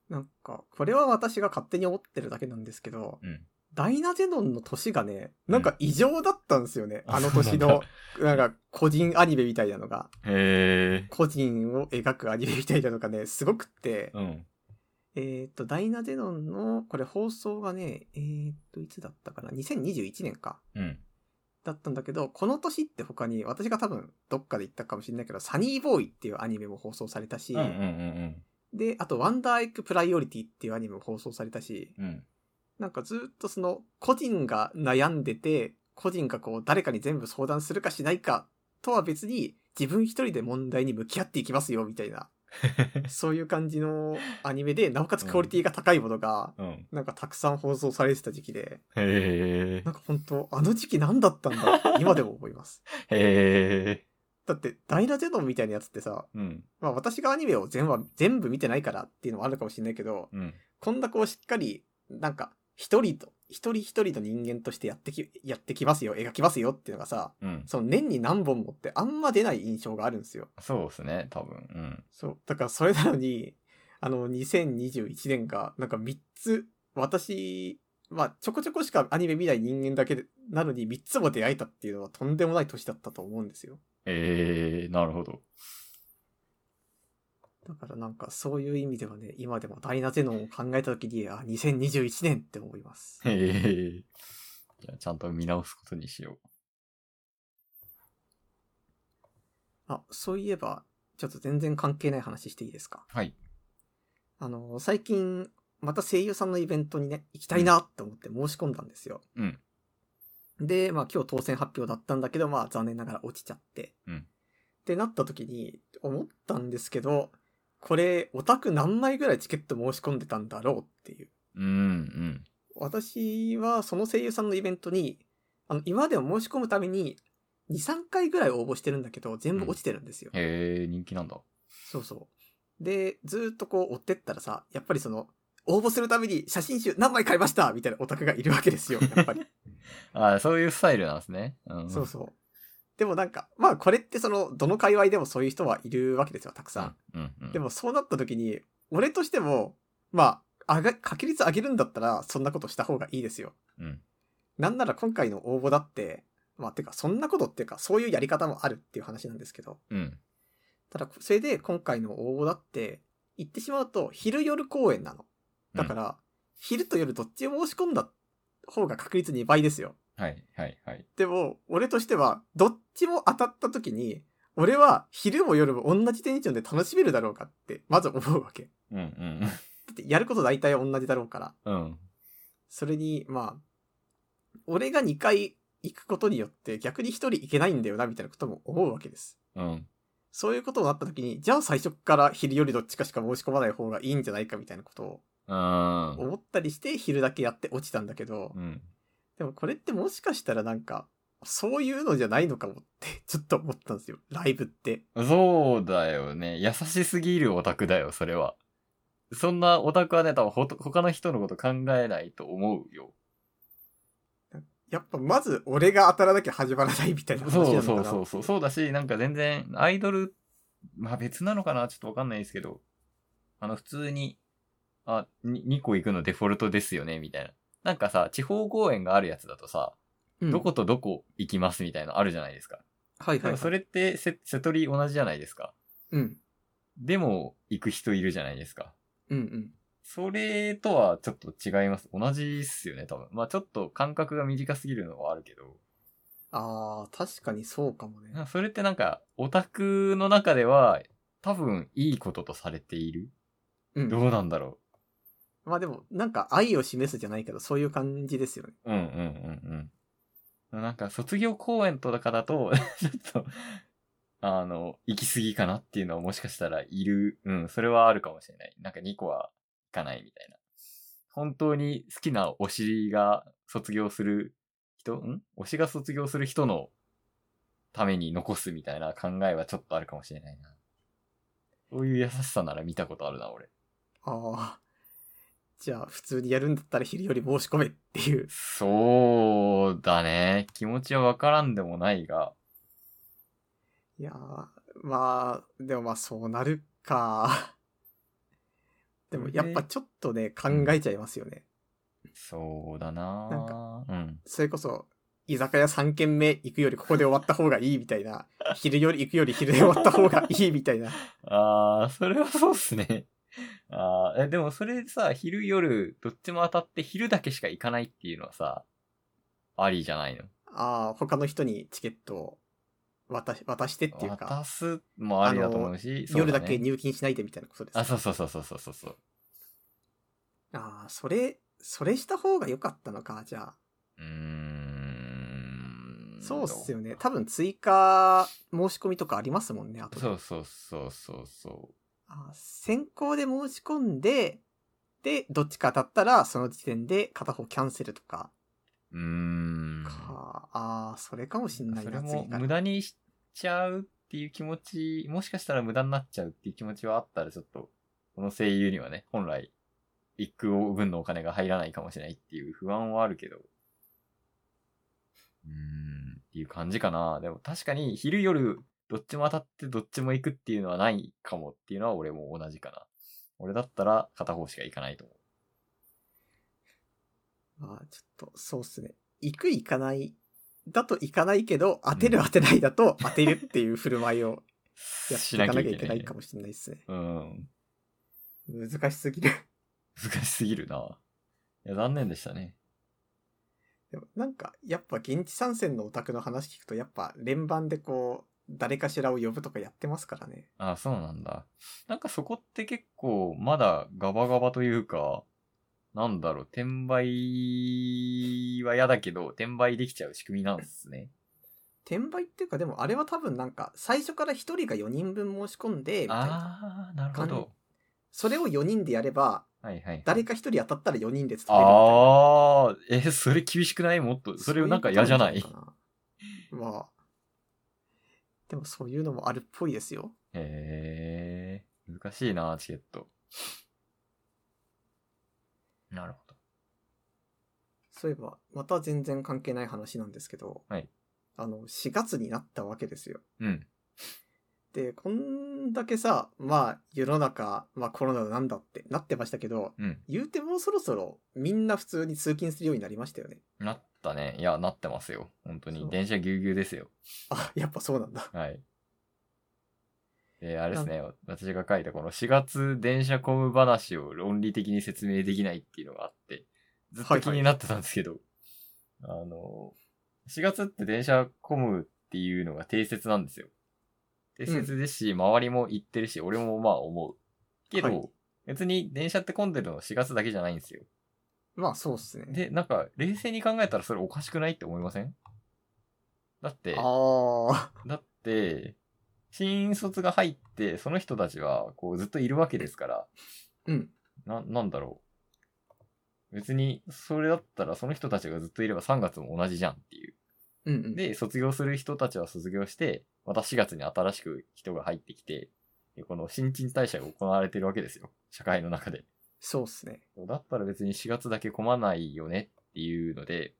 [SPEAKER 1] なんか、これは私が勝手に思ってるだけなんですけど、
[SPEAKER 2] うん。
[SPEAKER 1] ダイナゼノンの年がね、なんか異常だったんですよね。
[SPEAKER 2] うん
[SPEAKER 1] あの年
[SPEAKER 2] あ
[SPEAKER 1] の、なんか、個人アニメみたいなのが、
[SPEAKER 2] へえ
[SPEAKER 1] 個人を描くアニメみたいなのがね、すごくって、
[SPEAKER 2] ー。うん。
[SPEAKER 1] えーっと、ダイナゼノンの、これ放送がね、えーっと、いつだったかな ?2021 年か。
[SPEAKER 2] うん。
[SPEAKER 1] だったんだけど、この年って他に、私が多分どっかで言ったかもしれないけど、サニーボーイっていうアニメも放送されたし、
[SPEAKER 2] うんうんうん
[SPEAKER 1] で、あとワンダーエッグプライオリティっていうアニメも放送されたし、
[SPEAKER 2] うん。 <laughs> うん。
[SPEAKER 1] なんかずっとその個人が悩んでて、個人がこう誰かに全部相談するかしないかとは別に自分一人で問題に向き合っていきますよみたいな、そういう感じのアニメで、なおかつクオリティが高いものが、
[SPEAKER 2] うん。
[SPEAKER 1] なんかたくさん放送されてた時期で、
[SPEAKER 2] へえ
[SPEAKER 1] なん。か本当あの時期何だったんだって今でも思います。
[SPEAKER 2] へえ。
[SPEAKER 1] だって、ダイナゼノンみたいなやつってさ、
[SPEAKER 2] うん。
[SPEAKER 1] まあ私がアニメを全話、全部見てないからっていうのもあるかもしれないけど、
[SPEAKER 2] うん。
[SPEAKER 1] こんなこうしっかり、なんか、一人と、一人一人の人間としてやってき、やってきますよ、描きますよっていうのがさ、
[SPEAKER 2] うん。
[SPEAKER 1] その年に何本もってあんま出ない印象があるんですよ。
[SPEAKER 2] そうですね、多分。うん。
[SPEAKER 1] そう。だからそれなのに、 <laughs> あの、2021年が、なんか3つ、私、まあ、ちょこちょこしかアニメ見ない人間だけでなのに3つも出会えたっていうのはとんでもない年だったと思うんですよ。
[SPEAKER 2] えー、なるほど。
[SPEAKER 1] だからなんかそういう意味ではね、今でもダイナゼノンを考えた時に、あ、2021年って思います。
[SPEAKER 2] えー。じゃあ、ちゃんと見直すことにしよ
[SPEAKER 1] あ、そういえば、ちょっと全然関係ない話していいですか
[SPEAKER 2] う。はい。
[SPEAKER 1] あの、最近、また声優さんのイベントにね、行きたいなって思って申し込んだんですよ。
[SPEAKER 2] うん。
[SPEAKER 1] で、まあ今日当選発表だったんだけど、まあ残念ながら落ちちゃって。
[SPEAKER 2] うん
[SPEAKER 1] ってなった時に、思ったんですけど、これ、オタク何枚ぐらいチケット申し込んでたんだろうっていう。
[SPEAKER 2] うん、うん。
[SPEAKER 1] 私はその声優さんのイベントに、あの、今までも申し込むために、2、3回ぐらい応募してるんだけど、全部落ちてるんですよ。
[SPEAKER 2] えー、人気なんだ。
[SPEAKER 1] そうそう。で、ずーっとこう追ってったらさ、やっぱりその、応募するために写真集何枚買いましたみたいなオタクがいるわけ
[SPEAKER 2] <laughs>
[SPEAKER 1] ですよ、やっぱり。
[SPEAKER 2] あーそういうスタイルなんですね。うん。
[SPEAKER 1] そうそう。でもなんか、まあこれってその、どの界隈でもそういう人はいるわけですよ、たくさん。
[SPEAKER 2] うん。うん、うん。
[SPEAKER 1] でもそうなった時に、俺としても、まあ、あが、確率上げるんだったら、そんなことした方がいいですよ。
[SPEAKER 2] うん。
[SPEAKER 1] なんなら今回の応募だって、まあてか、そんなことっていうか、そういうやり方もあるっていう話なんですけど。
[SPEAKER 2] うん。
[SPEAKER 1] ただ、それで今回の応募だって、言ってしまうと、昼夜公演なの。だから、昼と夜どっちを申し込んだ方が確率2倍ですよ。
[SPEAKER 2] はい、はい、はい。
[SPEAKER 1] でも、俺としては、どっちも当たった時に、俺は昼も夜も同じテンションで楽しめるだろうかって、まず思うわけ。だ
[SPEAKER 2] うん、うん。
[SPEAKER 1] ってやること大体同じだろうから。
[SPEAKER 2] うん。
[SPEAKER 1] それに、まあ、俺が2回行くことによって逆に1人行けないんだよな、みたいなことも思うわけです。
[SPEAKER 2] うん。
[SPEAKER 1] そういうことになった時に、じゃあ最初から昼よりどっちかしか申し込まない方がいいんじゃないかみたいなことを
[SPEAKER 2] うん。
[SPEAKER 1] 思ったりして昼だけやって落ちたんだけど、
[SPEAKER 2] うん。
[SPEAKER 1] でもこれってもしかしたらなんか、そういうのじゃないのかもってちょっと思ったんですよ。ライブって。
[SPEAKER 2] そうだよね。優しすぎるオタクだよ、それは。そんなオタクはね、多分ほと他の人のこと考えないと思うよ。
[SPEAKER 1] やっぱまず俺が当たらなきゃ始まらないみたいな話
[SPEAKER 2] そ
[SPEAKER 1] な
[SPEAKER 2] う
[SPEAKER 1] のか
[SPEAKER 2] そ
[SPEAKER 1] な。
[SPEAKER 2] うそうそう。そうだし、なんか全然、アイドル、まあ別なのかなちょっとわかんないですけど、あの、普通に、あ、2個行くのデフォルトですよね、みたいな。なんかさ、地方公演があるやつだとさ、
[SPEAKER 1] うん
[SPEAKER 2] どことどこ行きますみたいなのあるじゃないですか。
[SPEAKER 1] はいはい、
[SPEAKER 2] でも
[SPEAKER 1] はい。
[SPEAKER 2] それってせ、瀬取り同じじゃないですか。
[SPEAKER 1] うん。
[SPEAKER 2] でも、行く人いるじゃないですか。
[SPEAKER 1] うんうん。
[SPEAKER 2] それとはちょっと違います。同じっすよね、多分。まあちょっと間隔が短すぎるのはあるけど。
[SPEAKER 1] あー、確かにそうかもね。
[SPEAKER 2] なそれってなんか、オタクの中では、多分いいこととされている。
[SPEAKER 1] うん。
[SPEAKER 2] どうなんだろ
[SPEAKER 1] まあでも、なんか愛を示すじゃないけど、そういう感じですよね。
[SPEAKER 2] う。うんうんうんうん。なんか、卒業公演とかだと、 <laughs> ちょっと、あの、行き過ぎかなっていうのはもしかしたらいる。うん、それはあるかもしれない。なんか2個は行かないみたいな。本当に好きな推しが卒業する人ん推しが卒業する人のために残すみたいな考えはちょっとあるかもしれないな。そういう優しさなら見たことあるな、俺。
[SPEAKER 1] ああ。じゃあ、普通にやるんだったら昼より申し込めっていう。 <laughs>
[SPEAKER 2] そうだね。気持ちはわからんでもないが。
[SPEAKER 1] いやー、まあ、でもまあそうなる
[SPEAKER 2] <laughs>
[SPEAKER 1] か。でもやっぱちょっとね、考えちゃいますよね。
[SPEAKER 2] そうだな
[SPEAKER 1] なん
[SPEAKER 2] うん。
[SPEAKER 1] それこそ、居酒屋3軒目行くよりここで終わった方がいいみたい
[SPEAKER 2] <laughs>
[SPEAKER 1] な。昼より行くより昼で終わった方がいいみたいな。
[SPEAKER 2] ああ、それはそうっすね。 <laughs> ああ、え、でもそれさ、昼夜、どっちも当たって昼だけしか行かないっていうのはさ、ありじゃないの
[SPEAKER 1] ああ、他の人にチケットを渡し渡してっていうか、
[SPEAKER 2] 渡すもありだと思うし、そう
[SPEAKER 1] 夜
[SPEAKER 2] ね
[SPEAKER 1] だけ入金しないでみたいなことですね。
[SPEAKER 2] あ、そうそうそうそうそうそうそう。
[SPEAKER 1] ああ、それ、それした方が良かったのか、じゃあ。
[SPEAKER 2] うーん。
[SPEAKER 1] そうっすよね。多分追加申し込みとかありますもんね、あと。
[SPEAKER 2] そうそうそうそうそ
[SPEAKER 1] あ先行で申し込んで、で、どっちか当たったら、その時点で片方キャンセルとか。
[SPEAKER 2] う。うーん。
[SPEAKER 1] かああ、それかもしんない
[SPEAKER 2] そ
[SPEAKER 1] な、
[SPEAKER 2] れも
[SPEAKER 1] 次から
[SPEAKER 2] 無駄にしちゃうっていう気持ち、もしかしたら無駄になっちゃうっていう気持ちはあったらちょっと、この声優にはね、本来一空分のお金が入らないかもしれないっていう不安はあるけど、うーん、っていう感じかな。でも確かに昼夜、どっちも当たってどっちも行くっていうのはないかもっていうのは俺も同じかな。俺だったら片方しか行かないと思う。
[SPEAKER 1] まあ、ちょっと、そうっすね。行く行かない、だと行かないけど、当てる当てないだと当てるっていう振る舞いをやっていかなきゃいけないか
[SPEAKER 2] も。
[SPEAKER 1] もしれないですね。
[SPEAKER 2] うん。
[SPEAKER 1] 難しすぎる。
[SPEAKER 2] 難しすぎるな。いや、残念でしたね。
[SPEAKER 1] でもなんか、やっぱ現地参戦のオタクの話聞くと、やっぱ連番でこう、誰かしらを呼ぶとかやってますからね。
[SPEAKER 2] あ、そうなんだ。なんかそこって結構まだガバガバというか、なんだろう、転売は嫌だけど、転売できちゃう仕組みなんですね。
[SPEAKER 1] 転売っていうか、でもあれは多分なんか、最初から1人が4人分申し込んで、みたいな。
[SPEAKER 2] ああ、なるほど。
[SPEAKER 1] それを4人でやれば、
[SPEAKER 2] はいはい。
[SPEAKER 1] 誰か1人当たったら4人で伝えるみたいな。
[SPEAKER 2] ああ、え、それ厳しくないもっと、それなんか嫌じゃな
[SPEAKER 1] そう
[SPEAKER 2] いう
[SPEAKER 1] ことんじゃないかなまあ。でもそういうのもあるっぽいですよ。
[SPEAKER 2] へえ、難しいな、チケット。なるほど。
[SPEAKER 1] そういえば、また全然関係ない話なんですけど、
[SPEAKER 2] はい
[SPEAKER 1] あの、4月になったわけですよ。
[SPEAKER 2] うん。
[SPEAKER 1] で、こんだけさ、まあ、世の中、まあコロナだなんだってなってましたけど、
[SPEAKER 2] うん。
[SPEAKER 1] 言うてもうそろそろみんな普通に通勤するようになりましたよね。
[SPEAKER 2] なったね。いや、なってますよ。本当
[SPEAKER 1] そ
[SPEAKER 2] に。
[SPEAKER 1] う
[SPEAKER 2] 電車ぎゅうぎゅうですよ。
[SPEAKER 1] あ、やっぱそうなんだ。
[SPEAKER 2] はい。で、あれですね。私が書いたこの4月電車混む話を論理的に説明できないっていうのがあって、ずっと気になってたんですけど、あの、4月って電車混むっていうのが定説なんですよ。定説ですし、周りも言ってるし、俺もまあ思う。けど、
[SPEAKER 1] はい
[SPEAKER 2] 別に電車って混んでるの4月だけじゃないんですよ。
[SPEAKER 1] まあそうっすね。
[SPEAKER 2] で、なんか、冷静に考えたらそれおかしくないって思いませんだって、
[SPEAKER 1] ああ、
[SPEAKER 2] だって、新卒が入って、その人たちは、こう、ずっといるわけですから、
[SPEAKER 1] うん。
[SPEAKER 2] な、なんだろう。別に、それだったら、その人たちがずっといれば3月も同じじゃんっていう。
[SPEAKER 1] うんうん。
[SPEAKER 2] で、卒業する人たちは卒業して、また4月に新しく人が入ってきて、でこの新陳代謝が行われてるわけですよ。社会の中で。
[SPEAKER 1] そうっすね。
[SPEAKER 2] だったら別に4月だけ混まないよねっていうので、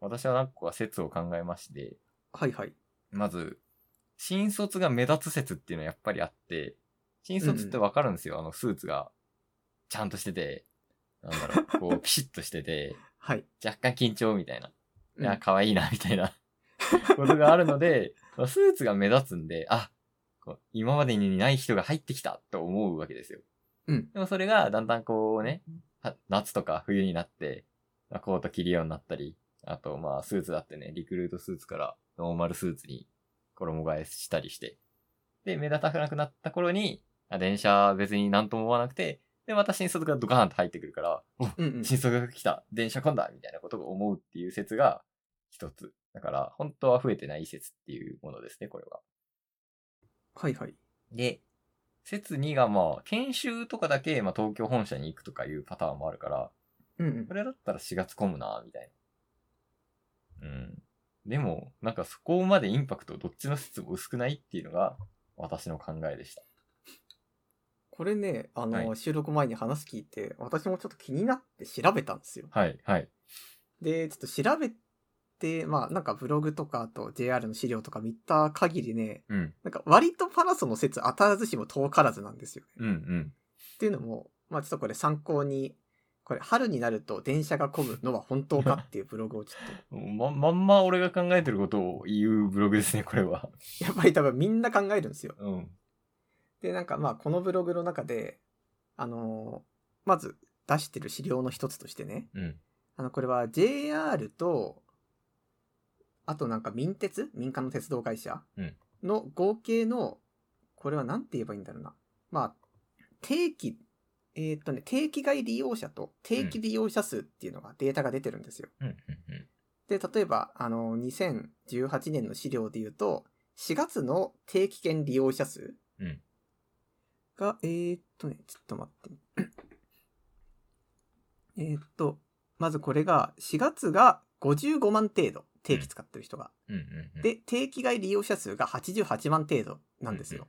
[SPEAKER 2] 私は何個か説を考えまして、
[SPEAKER 1] はいはい。
[SPEAKER 2] まず、新卒が目立つ説っていうのはやっぱりあって、新卒ってわかるんですよ、あのスーツが。ちゃんとしてて、なんだろう、 <laughs> こう、ピシッとしてて、
[SPEAKER 1] はい。
[SPEAKER 2] 若干緊張みたいな。い
[SPEAKER 1] うん
[SPEAKER 2] や、可愛いな、みたいなことがあるの
[SPEAKER 1] <laughs>
[SPEAKER 2] で、まあスーツが目立つんで、あ、こう今までにない人が入ってきたと思うわけですよ。
[SPEAKER 1] うん
[SPEAKER 2] でもそれがだんだんこうね、は夏とか冬になって、まあコート着るようになったり、あとまあスーツだってね、リクルートスーツからノーマルスーツに衣替えしたりして、で、目立たなくなった頃に、あ電車別になんとも思わなくて、で、また新卒がドカーンと入ってくるから、お
[SPEAKER 1] うんうん。
[SPEAKER 2] 新速が来た、電車混んだ、みたいなことを思うっていう説が一つ。だから、本当は増えてない説っていうものですね、これは。
[SPEAKER 1] はいはい。
[SPEAKER 2] で、説2がまあ、研修とかだけ、まあ、東京本社に行くとかいうパターンもあるから、
[SPEAKER 1] うんうん
[SPEAKER 2] こ。れだったら4月混むな、みたいな。うん。でも、なんかそこまでインパクトどっちの説も薄くないっていうのが、私の考えでした。
[SPEAKER 1] これね、あの、
[SPEAKER 2] はい
[SPEAKER 1] 収録前に話聞いて、私もちょっと気になって調べたんですよ。
[SPEAKER 2] はい、はい。
[SPEAKER 1] で、ちょっと調べて、まあなんかブログとか、あと JR の資料とか見た限りね、
[SPEAKER 2] うん、
[SPEAKER 1] なんか割とパラソの説当たらずしも遠からずなんですよね。
[SPEAKER 2] うん、うん。
[SPEAKER 1] っていうのも、まあちょっとこれ参考に、これ春になると電車が混むのは本当かっていうブログをちょっと、
[SPEAKER 2] ま、まんま俺が考えてることを言うブログですね、これは。
[SPEAKER 1] <laughs> やっぱり多分みんな考えるんですよ。
[SPEAKER 2] うん。
[SPEAKER 1] で、なんかまあこのブログの中で、あのーまず出してる資料の一つとしてね、
[SPEAKER 2] うん。
[SPEAKER 1] あの、これは JR と、あとなんか民鉄民間の鉄道会社
[SPEAKER 2] うん
[SPEAKER 1] の合計の、これは何て言えばいいんだろうな。まあ、定期、えーっとね、定期外利用者と定期利用者数っていうのがデータが出てるんですよ。
[SPEAKER 2] うん
[SPEAKER 1] で、例えば、あの、2018年の資料で言うと、4月の定期券利用者数
[SPEAKER 2] うん
[SPEAKER 1] が、えーっとね、ちょっと待って。 <coughs> えーっと、まずこれが、4月が55万程度、定期使ってる人が。
[SPEAKER 2] うんうん、
[SPEAKER 1] で、定期外利用者数が88万程度なんですよ。。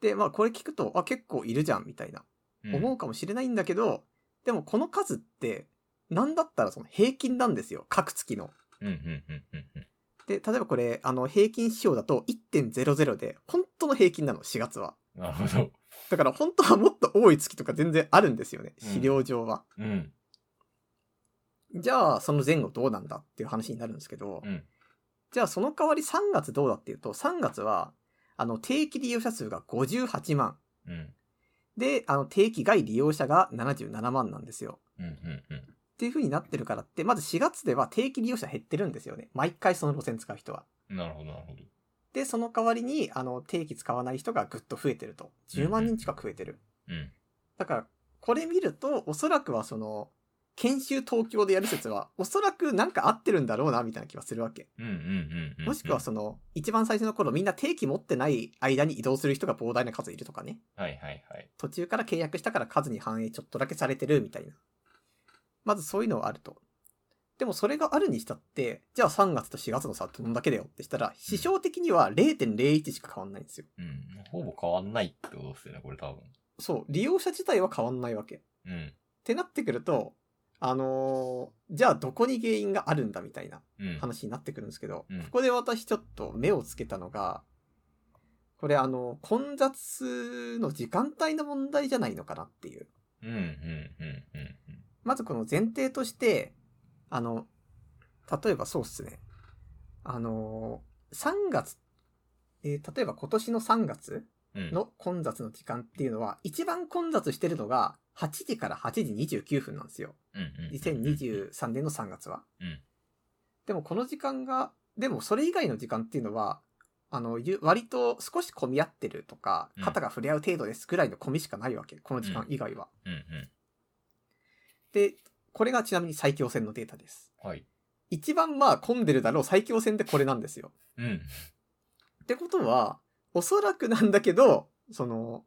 [SPEAKER 1] で、まあこれ聞くと、あ、結構いるじゃん、みたいな。思うかもしれないんだけど、でもこの数って、なんだったらその平均なんですよ。各月の。
[SPEAKER 2] うんうんうんうんうん。
[SPEAKER 1] で、例えばこれ、あの、平均指標だと1.00で、本当の平均なの、4月は。
[SPEAKER 2] なるほど。
[SPEAKER 1] だから本当はもっと多い月とか全然あるんですよね。
[SPEAKER 2] うん
[SPEAKER 1] 資料上は。
[SPEAKER 2] うん。
[SPEAKER 1] じゃあ、その前後どうなんだっていう話になるんですけど、
[SPEAKER 2] うん。
[SPEAKER 1] じゃあその代わり3月どうだっていうと、3月は、あの、定期利用者数が58万。
[SPEAKER 2] うん。
[SPEAKER 1] で、あの、定期外利用者が77万なんですよ。
[SPEAKER 2] うんうんうん。
[SPEAKER 1] っていう風になってるからって、まず4月では定期利用者減ってるんですよね。毎回その路線使う人は。
[SPEAKER 2] なるほど、なるほど。
[SPEAKER 1] で、その代わりに、あの、定期使わない人がぐっと増えてると。10万人近く増えてる。
[SPEAKER 2] うん。
[SPEAKER 1] だから、これ見ると、おそらくはその、研修東京でやる説は、おそらくなんか合ってるんだろうな、みたいな気はするわけ。
[SPEAKER 2] うんうんうんうん。
[SPEAKER 1] もしくはその、一番最初の頃みんな定期持ってない間に移動する人が膨大な数いるとかね。
[SPEAKER 2] はいはいはい。
[SPEAKER 1] 途中から契約したから数に反映ちょっとだけされてるみたいな。まずそういうのはあると。でもそれがあるにしたって、じゃあ3月と4月の差ってどんだけだよってしたら、指標的には0.01しか変わんないんですよ。
[SPEAKER 2] うん。ほぼ変わんないってことですよね、これ多分。
[SPEAKER 1] そう、利用者自体は変わんないわけ。っ
[SPEAKER 2] うん。
[SPEAKER 1] てなってくると、あのーじゃあどこに原因があるんだみたいな
[SPEAKER 2] うん。
[SPEAKER 1] 話になってくるんですけど、
[SPEAKER 2] うん
[SPEAKER 1] ここで私ちょっと目をつけたのが、これあの、混雑の時間帯の問題じゃないのかなっていう。
[SPEAKER 2] うんうんうんうん
[SPEAKER 1] まずこの前提として、あの、例えばそうっすね。あのー、3月、えー例えば今年の3月
[SPEAKER 2] うん。うん。
[SPEAKER 1] の混雑の時間っていうのは、一番混雑してるのが8時から8時29分なんですよ。
[SPEAKER 2] うんうんうん。
[SPEAKER 1] 2023年の3月は。
[SPEAKER 2] うん
[SPEAKER 1] でもこの時間が、でもそれ以外の時間っていうのは、あの、ゆ割と少し混み合ってるとか
[SPEAKER 2] う、ん
[SPEAKER 1] 肩が触れ合う程度ですぐらいの混みしかないわけ。この時間以外は。
[SPEAKER 2] うんうん。
[SPEAKER 1] で、これがちなみに最強線のデータです。
[SPEAKER 2] はい。
[SPEAKER 1] 一番まあ混んでるだろう最強線ってこれなんですよ。
[SPEAKER 2] うん。
[SPEAKER 1] ってことは、おそらくなんだけど、その、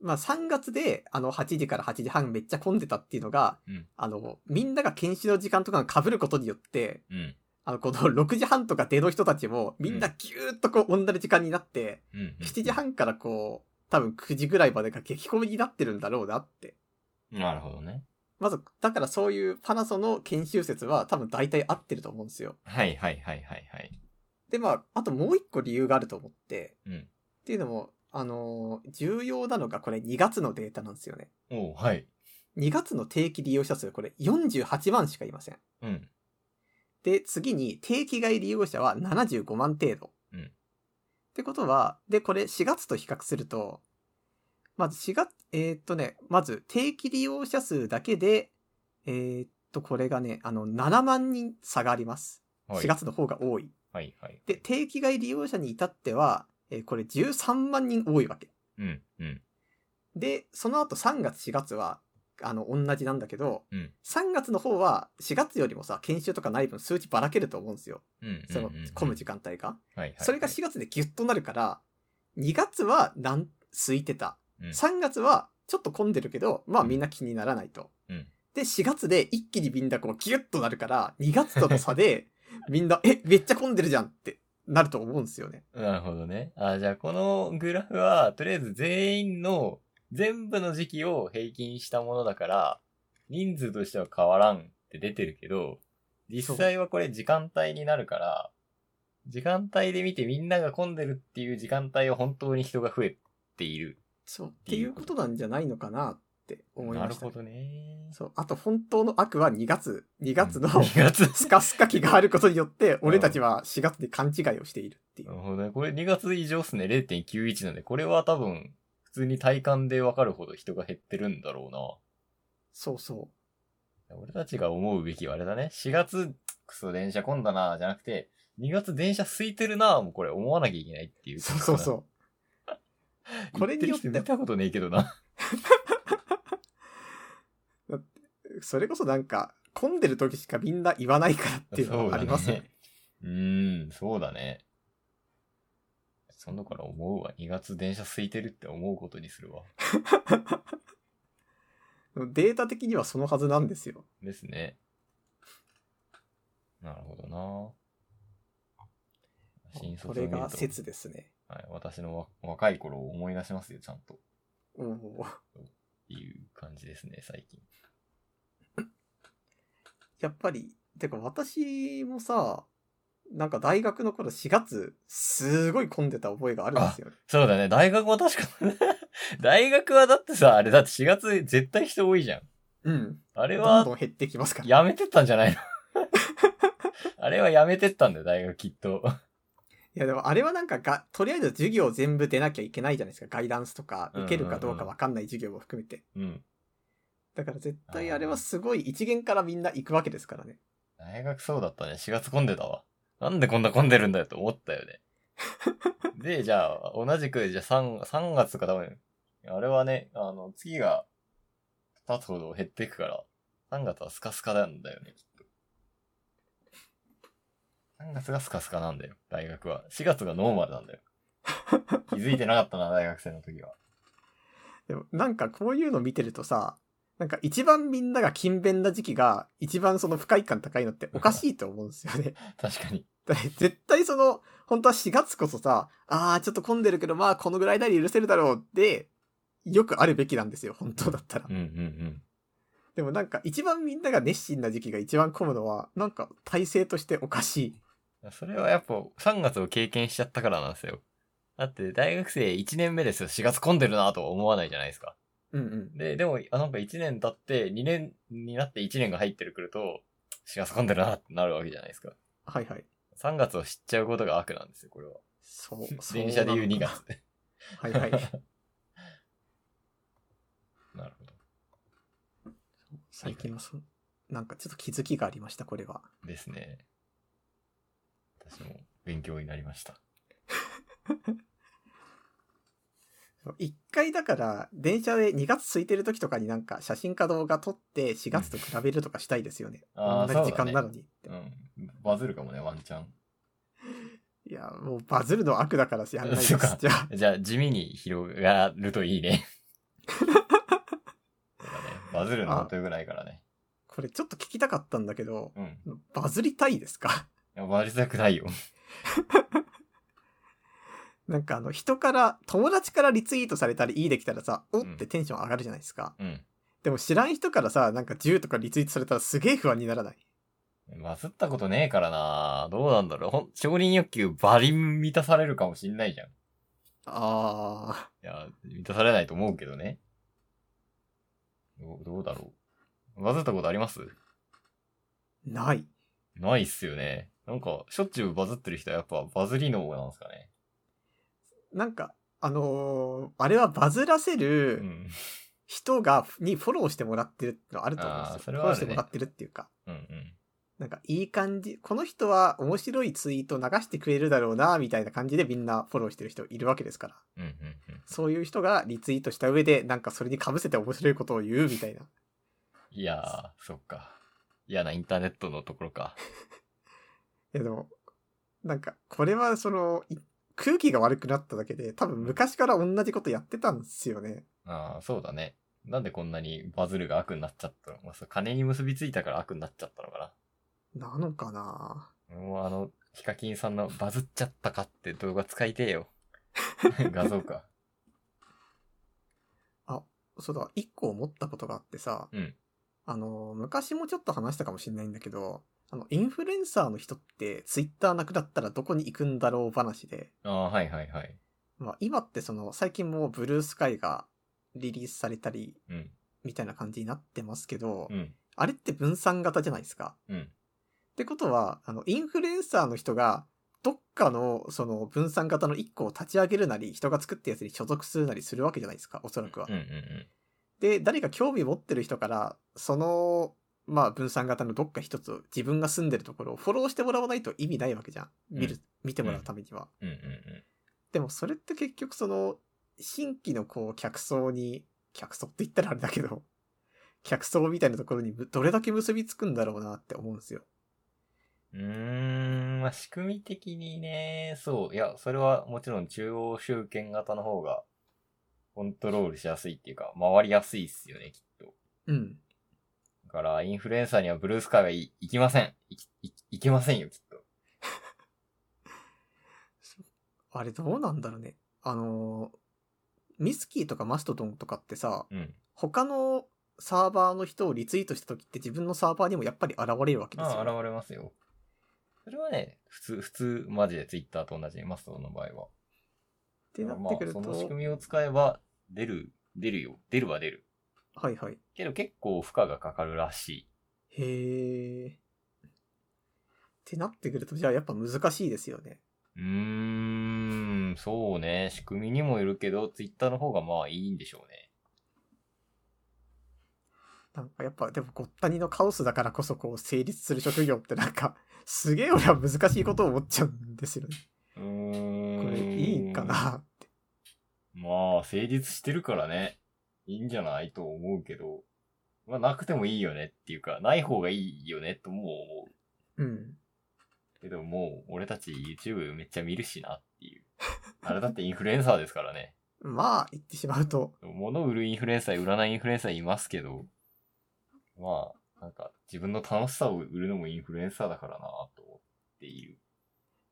[SPEAKER 1] まあ3月であの8時から8時半めっちゃ混んでたっていうのが、
[SPEAKER 2] うん
[SPEAKER 1] あの、みんなが研修の時間とかが被ることによって、
[SPEAKER 2] うん。
[SPEAKER 1] あの、この6時半とか出の人たちもみんなぎゅーっとこう同じ時間になって、
[SPEAKER 2] うん。
[SPEAKER 1] 7時半からこう、多分9時ぐらいまでが激混みになってるんだろうなって
[SPEAKER 2] なるほどね。
[SPEAKER 1] まず、だからそういうパナソの研修説は多分大体合ってると思うんですよ。
[SPEAKER 2] はいはいはいはいはい。
[SPEAKER 1] で、まあ、あともう一個理由があると思って、
[SPEAKER 2] うん
[SPEAKER 1] っていうのも、あのー重要なのがこれ2月のデータなんですよね。
[SPEAKER 2] おうはい。
[SPEAKER 1] 2月の定期利用者数、これ48万しかいません。
[SPEAKER 2] うん。
[SPEAKER 1] で、次に定期外利用者は75万程度。
[SPEAKER 2] うん
[SPEAKER 1] ってことは、で、これ4月と比較すると、まず4月、えーっとね、まず定期利用者数だけで、えーっと、これがね、あの、7万人差があります。
[SPEAKER 2] はい。
[SPEAKER 1] 4月の方が多い。
[SPEAKER 2] はいはい。
[SPEAKER 1] で、定期外利用者に至っては、えーこれ13万人多いわけ。
[SPEAKER 2] うん。うん。
[SPEAKER 1] で、その後3月4月は、あの、同じなんだけど、
[SPEAKER 2] うん
[SPEAKER 1] 3月の方は4月よりもさ、研修とかない分数値ばらけると思うんですよ。
[SPEAKER 2] うん。
[SPEAKER 1] その
[SPEAKER 2] うんうん
[SPEAKER 1] 混む時間帯が。
[SPEAKER 2] はいはい。
[SPEAKER 1] それが4月でギュッとなるから、2月はなん空いてた。
[SPEAKER 2] うん
[SPEAKER 1] 3月はちょっと混んでるけど、まあみんな気にならないと
[SPEAKER 2] うん。
[SPEAKER 1] で、4月で一気にみんなこうギュッとなるから、2月との差
[SPEAKER 2] <laughs>
[SPEAKER 1] で、みんな、え、めっちゃ混んでるじゃんってなると思うんですよね。
[SPEAKER 2] なるほどね。あ、じゃあこのグラフは、とりあえず全員の、全部の時期を平均したものだから、人数としては変わらんって出てるけど、実際はこれ時間帯になるから、時間帯で見てみんなが混んでるっていう時間帯は本当に人が増えている。
[SPEAKER 1] そう。っていうことなんじゃないのかなって思い
[SPEAKER 2] な
[SPEAKER 1] ま
[SPEAKER 2] る
[SPEAKER 1] した。
[SPEAKER 2] ほどね。
[SPEAKER 1] そう。あと本当の悪は2月。2月の
[SPEAKER 2] 2月。
[SPEAKER 1] <laughs> スカスカ期があることによって、俺たちは4月で勘違いをしているっていう
[SPEAKER 2] なる。ほどね。これ2月以上っすね。0.91なんで、これは多分、普通に体感でわかるほど人が減ってるんだろ
[SPEAKER 1] そうそう。
[SPEAKER 2] うな。俺たちが思うべきはあれだね。4月、クソ電車混んだなじゃなくて、2月電車空いてるなもうこれ思わなきゃいけないっていう。
[SPEAKER 1] そう
[SPEAKER 2] <laughs>
[SPEAKER 1] そうそう。
[SPEAKER 2] う
[SPEAKER 1] これによっ
[SPEAKER 2] 見
[SPEAKER 1] て、
[SPEAKER 2] たことねえけどな。
[SPEAKER 1] それこそなんか、混んでる時しかみんな言わないからっていうのがありますよね。
[SPEAKER 2] うーん、そうだね。そのから思うわ。2月電車空いてるって思うことにするわ。
[SPEAKER 1] データ的にはそのはずなんですよ。
[SPEAKER 2] ですね。なるほどな。新卒
[SPEAKER 1] こ
[SPEAKER 2] を
[SPEAKER 1] れ
[SPEAKER 2] 見ると
[SPEAKER 1] が説ですね。
[SPEAKER 2] はい、私のわ若い頃を思い出しますよ、ちゃんと。っ
[SPEAKER 1] おー
[SPEAKER 2] ていう感じですね、最近。
[SPEAKER 1] やっぱり、てか私もさ、なんか大学の頃4月、すごい混んでた覚えがあるんですよね。
[SPEAKER 2] そうだね、大学も確か <laughs> 大学はだってさ、あれだって4月絶対人多いじゃん。
[SPEAKER 1] うん。
[SPEAKER 2] あれ
[SPEAKER 1] どん
[SPEAKER 2] は
[SPEAKER 1] どん減ってきますから。
[SPEAKER 2] やめてったんじゃないの <laughs> あれはやめてったんだよ、大学きっと。
[SPEAKER 1] いやでもあれはなんかが、とりあえず授業全部出なきゃいけないじゃないですか。ガイダンスとか、受けるかどうかわかんない授業も含めて。
[SPEAKER 2] うん。
[SPEAKER 1] だから絶対あれはすごい一元からみんな行くわけですからね。
[SPEAKER 2] 大学そうだったね。4月混んでたわ。なんでこんな混んでるんだよと思ったよ <laughs> ね。で、じゃあ、同じく、じゃあ3、3月とか多分、あれはね、あの、次が、経つほど減っていくから、3月はスカスカなんだよね、きっと。3月がスカスカなんだよ、大学は。4月がノーマルなんだ <laughs> よ。気づいてなかったな、大学生の時は。
[SPEAKER 1] でもなんかこういうの見てるとさ、なんか一番みんなが勤勉な時期が一番その不快感高いのっておかしいと思うんですよ <laughs> ね。
[SPEAKER 2] 確かに。
[SPEAKER 1] だって絶対その、本当は4月こそさ、あーちょっと混んでるけどまあこのぐらいなり許せるだろうって、よくあるべきなんですよ、本当だったら
[SPEAKER 2] うん。うんうん。
[SPEAKER 1] でもなんか一番みんなが熱心な時期が一番混むのは、なんか体制としておかしい。
[SPEAKER 2] それはやっぱ3月を経験しちゃったからなんですよ。だって大学生1年目ですよ。4月混んでるなとは思わないじゃないですか。
[SPEAKER 1] うんうん。
[SPEAKER 2] で、でも、あなんか1年経って2年になって1年が入ってくると、4月混んでるなってなるわけじゃないですか。
[SPEAKER 1] はいはい。
[SPEAKER 2] 3月を知っちゃうことが悪なんですよ、これは。 <laughs>
[SPEAKER 1] そう、そう
[SPEAKER 2] 電車で言う
[SPEAKER 1] な
[SPEAKER 2] 2
[SPEAKER 1] のかな
[SPEAKER 2] 月。
[SPEAKER 1] はいはい。
[SPEAKER 2] <laughs> なるほど。
[SPEAKER 1] 最近はそ、なんかちょっと気づきがありました、これは。
[SPEAKER 2] ですね。私も勉強になりました。
[SPEAKER 1] 一回だから、電車で2月空いてる時とかになんか写真か動画撮って4月と比べるとかしたいですよね。
[SPEAKER 2] あー
[SPEAKER 1] 同じ時
[SPEAKER 2] そ
[SPEAKER 1] 間
[SPEAKER 2] うだね
[SPEAKER 1] なのにって。
[SPEAKER 2] うん。バズるかもね、ワンチャン。
[SPEAKER 1] いや、もうバズるのは悪だからやんないです。
[SPEAKER 2] そ
[SPEAKER 1] じ
[SPEAKER 2] うか
[SPEAKER 1] ゃあ、
[SPEAKER 2] じゃあ、地味に広がるといいね。そうだねバズるの本当よくないからね。
[SPEAKER 1] これちょっと聞きたかったんだけど、
[SPEAKER 2] うん。い
[SPEAKER 1] バズりたいですか
[SPEAKER 2] やバズりたくないよ。
[SPEAKER 1] なんかあの人から、友達からリツイートされたりいいできたらさ、おってテンション上がるじゃないですか。
[SPEAKER 2] うん。
[SPEAKER 1] でも知らん人からさ、なんか10とかリツイートされたらすげえ不安にならない。
[SPEAKER 2] バズったことねえからなどうなんだろう。ほん、承認欲求バリン満たされるかもしんないじゃん。い
[SPEAKER 1] あ
[SPEAKER 2] や、満たされないと思うけどね。どうどうだろう。バズったことあります
[SPEAKER 1] ー、ない。
[SPEAKER 2] ないっすよね。なんか、しょっちゅうバズってる人はやっぱバズり脳なんですかね。
[SPEAKER 1] なんか、あのーあれはバズらせ
[SPEAKER 2] う
[SPEAKER 1] る、
[SPEAKER 2] ん。
[SPEAKER 1] 人が、にフォローしてもらってるってのあると思うんですよ
[SPEAKER 2] あ。ーそれ
[SPEAKER 1] フォ
[SPEAKER 2] は
[SPEAKER 1] ロ
[SPEAKER 2] あ
[SPEAKER 1] ーし
[SPEAKER 2] るね
[SPEAKER 1] てもらってるっていうか、
[SPEAKER 2] うんうん。
[SPEAKER 1] なんかいい感じ、この人は面白いツイート流してくれるだろうな、みたいな感じでみんなフォローしてる人いるわけですから。
[SPEAKER 2] うんうんうん。
[SPEAKER 1] そういう人がリツイートした上で、なんかそれに被せて面白いことを言うみたいな。
[SPEAKER 2] いやー、そっか。嫌なインターネットのところか。 <laughs>
[SPEAKER 1] いやでも、なんか、これはその、い空気が悪くなっただけで、多分昔から同じことやってたんですよね。
[SPEAKER 2] ああ、そうだね。なんでこんなにバズるが悪になっちゃったのまあ、そう金に結びついたから悪になっちゃったのか
[SPEAKER 1] なのかな
[SPEAKER 2] な。もうあの、ヒカキンさんのバズっちゃったかって動画使いてえよ。画像か。
[SPEAKER 1] そうだ、一個思ったことがあってさ、
[SPEAKER 2] うん
[SPEAKER 1] あの、昔もちょっと話したかもしれないんだけど、あの、インフルエンサーの人って、ツイッターなくなったらどこに行くんだろう話で、
[SPEAKER 2] ああ、はいはいはい。
[SPEAKER 1] まあ、今ってその、最近もうブルースカイがリリースされたり、
[SPEAKER 2] うん。
[SPEAKER 1] みたいな感じになってますけど、
[SPEAKER 2] うん。
[SPEAKER 1] あれって分散型じゃないですか。
[SPEAKER 2] うん。
[SPEAKER 1] ってことは、あの、インフルエンサーの人が、どっかの、その、分散型の一個を立ち上げるなり、人が作ったやつに所属するなりするわけじゃないですか、おそらくは
[SPEAKER 2] うん。うんうん。
[SPEAKER 1] で、誰か興味持ってる人から、その、まあ、分散型のどっか一つを自分が住んでるところをフォローしてもらわないと意味ないわけじゃん。見る、
[SPEAKER 2] うん
[SPEAKER 1] 見てもらうためには。
[SPEAKER 2] うんうんうん。
[SPEAKER 1] でもそれって結局その、新規のこう、客層に、客層って言ったらあれだけど、客層みたいなところにどれだけ結びつくんだろうなって思うんですよ。
[SPEAKER 2] うーん、まあ、仕組み的にね、そう。いや、それはもちろん中央集権型の方がコントロールしやすいっていうか、回りやすいっすよね、きっと。
[SPEAKER 1] うん。
[SPEAKER 2] だから、インフルエンサーにはブルースカイはい行きません。行き行き行けませんよ、きっと。
[SPEAKER 1] あれどうなんだろうね。あのー、ミスキーとかマストドンとかってさ、
[SPEAKER 2] うん。
[SPEAKER 1] 他のサーバーの人をリツイートした時って自分のサーバーにもやっぱり現れるわけです
[SPEAKER 2] あ
[SPEAKER 1] よ、
[SPEAKER 2] あ、現れますよ。それはね、普通、普通、マジで Twitter と同じ、マストの場合は。
[SPEAKER 1] ってな
[SPEAKER 2] ま
[SPEAKER 1] っ
[SPEAKER 2] あ
[SPEAKER 1] てくると、
[SPEAKER 2] その仕組みを使えば、出る、出るよ。出るは出る。
[SPEAKER 1] はいはい。
[SPEAKER 2] けど結構負荷がかかるらしい。
[SPEAKER 1] へー。ってなってくると、じゃあやっぱ難しいですよね。
[SPEAKER 2] うーん、そうね。仕組みにもよるけど、Twitter の方がまあいいんでしょうね。
[SPEAKER 1] なんかやっぱ、でもごったにのカオスだからこそこう成立する職業ってなんか、すげえ俺は難しいことを思っちゃうんですよね。
[SPEAKER 2] うー
[SPEAKER 1] こ
[SPEAKER 2] ん。
[SPEAKER 1] れいいかなって。
[SPEAKER 2] まあ、成立してるからね、いいんじゃないと思うけど、まあ、なくてもいいよねっていうか、ない方がいいよねとも思う。
[SPEAKER 1] うん。
[SPEAKER 2] けどもう、俺たち YouTube めっちゃ見るしなっていう。あれだってインフルエンサーですからね。
[SPEAKER 1] まあ、言ってしまうと、
[SPEAKER 2] 物売るインフルエンサー、売らないインフルエンサーいますけど、まあ、なんか、自分の楽しさを売るのもインフルエンサーだからなと思っている。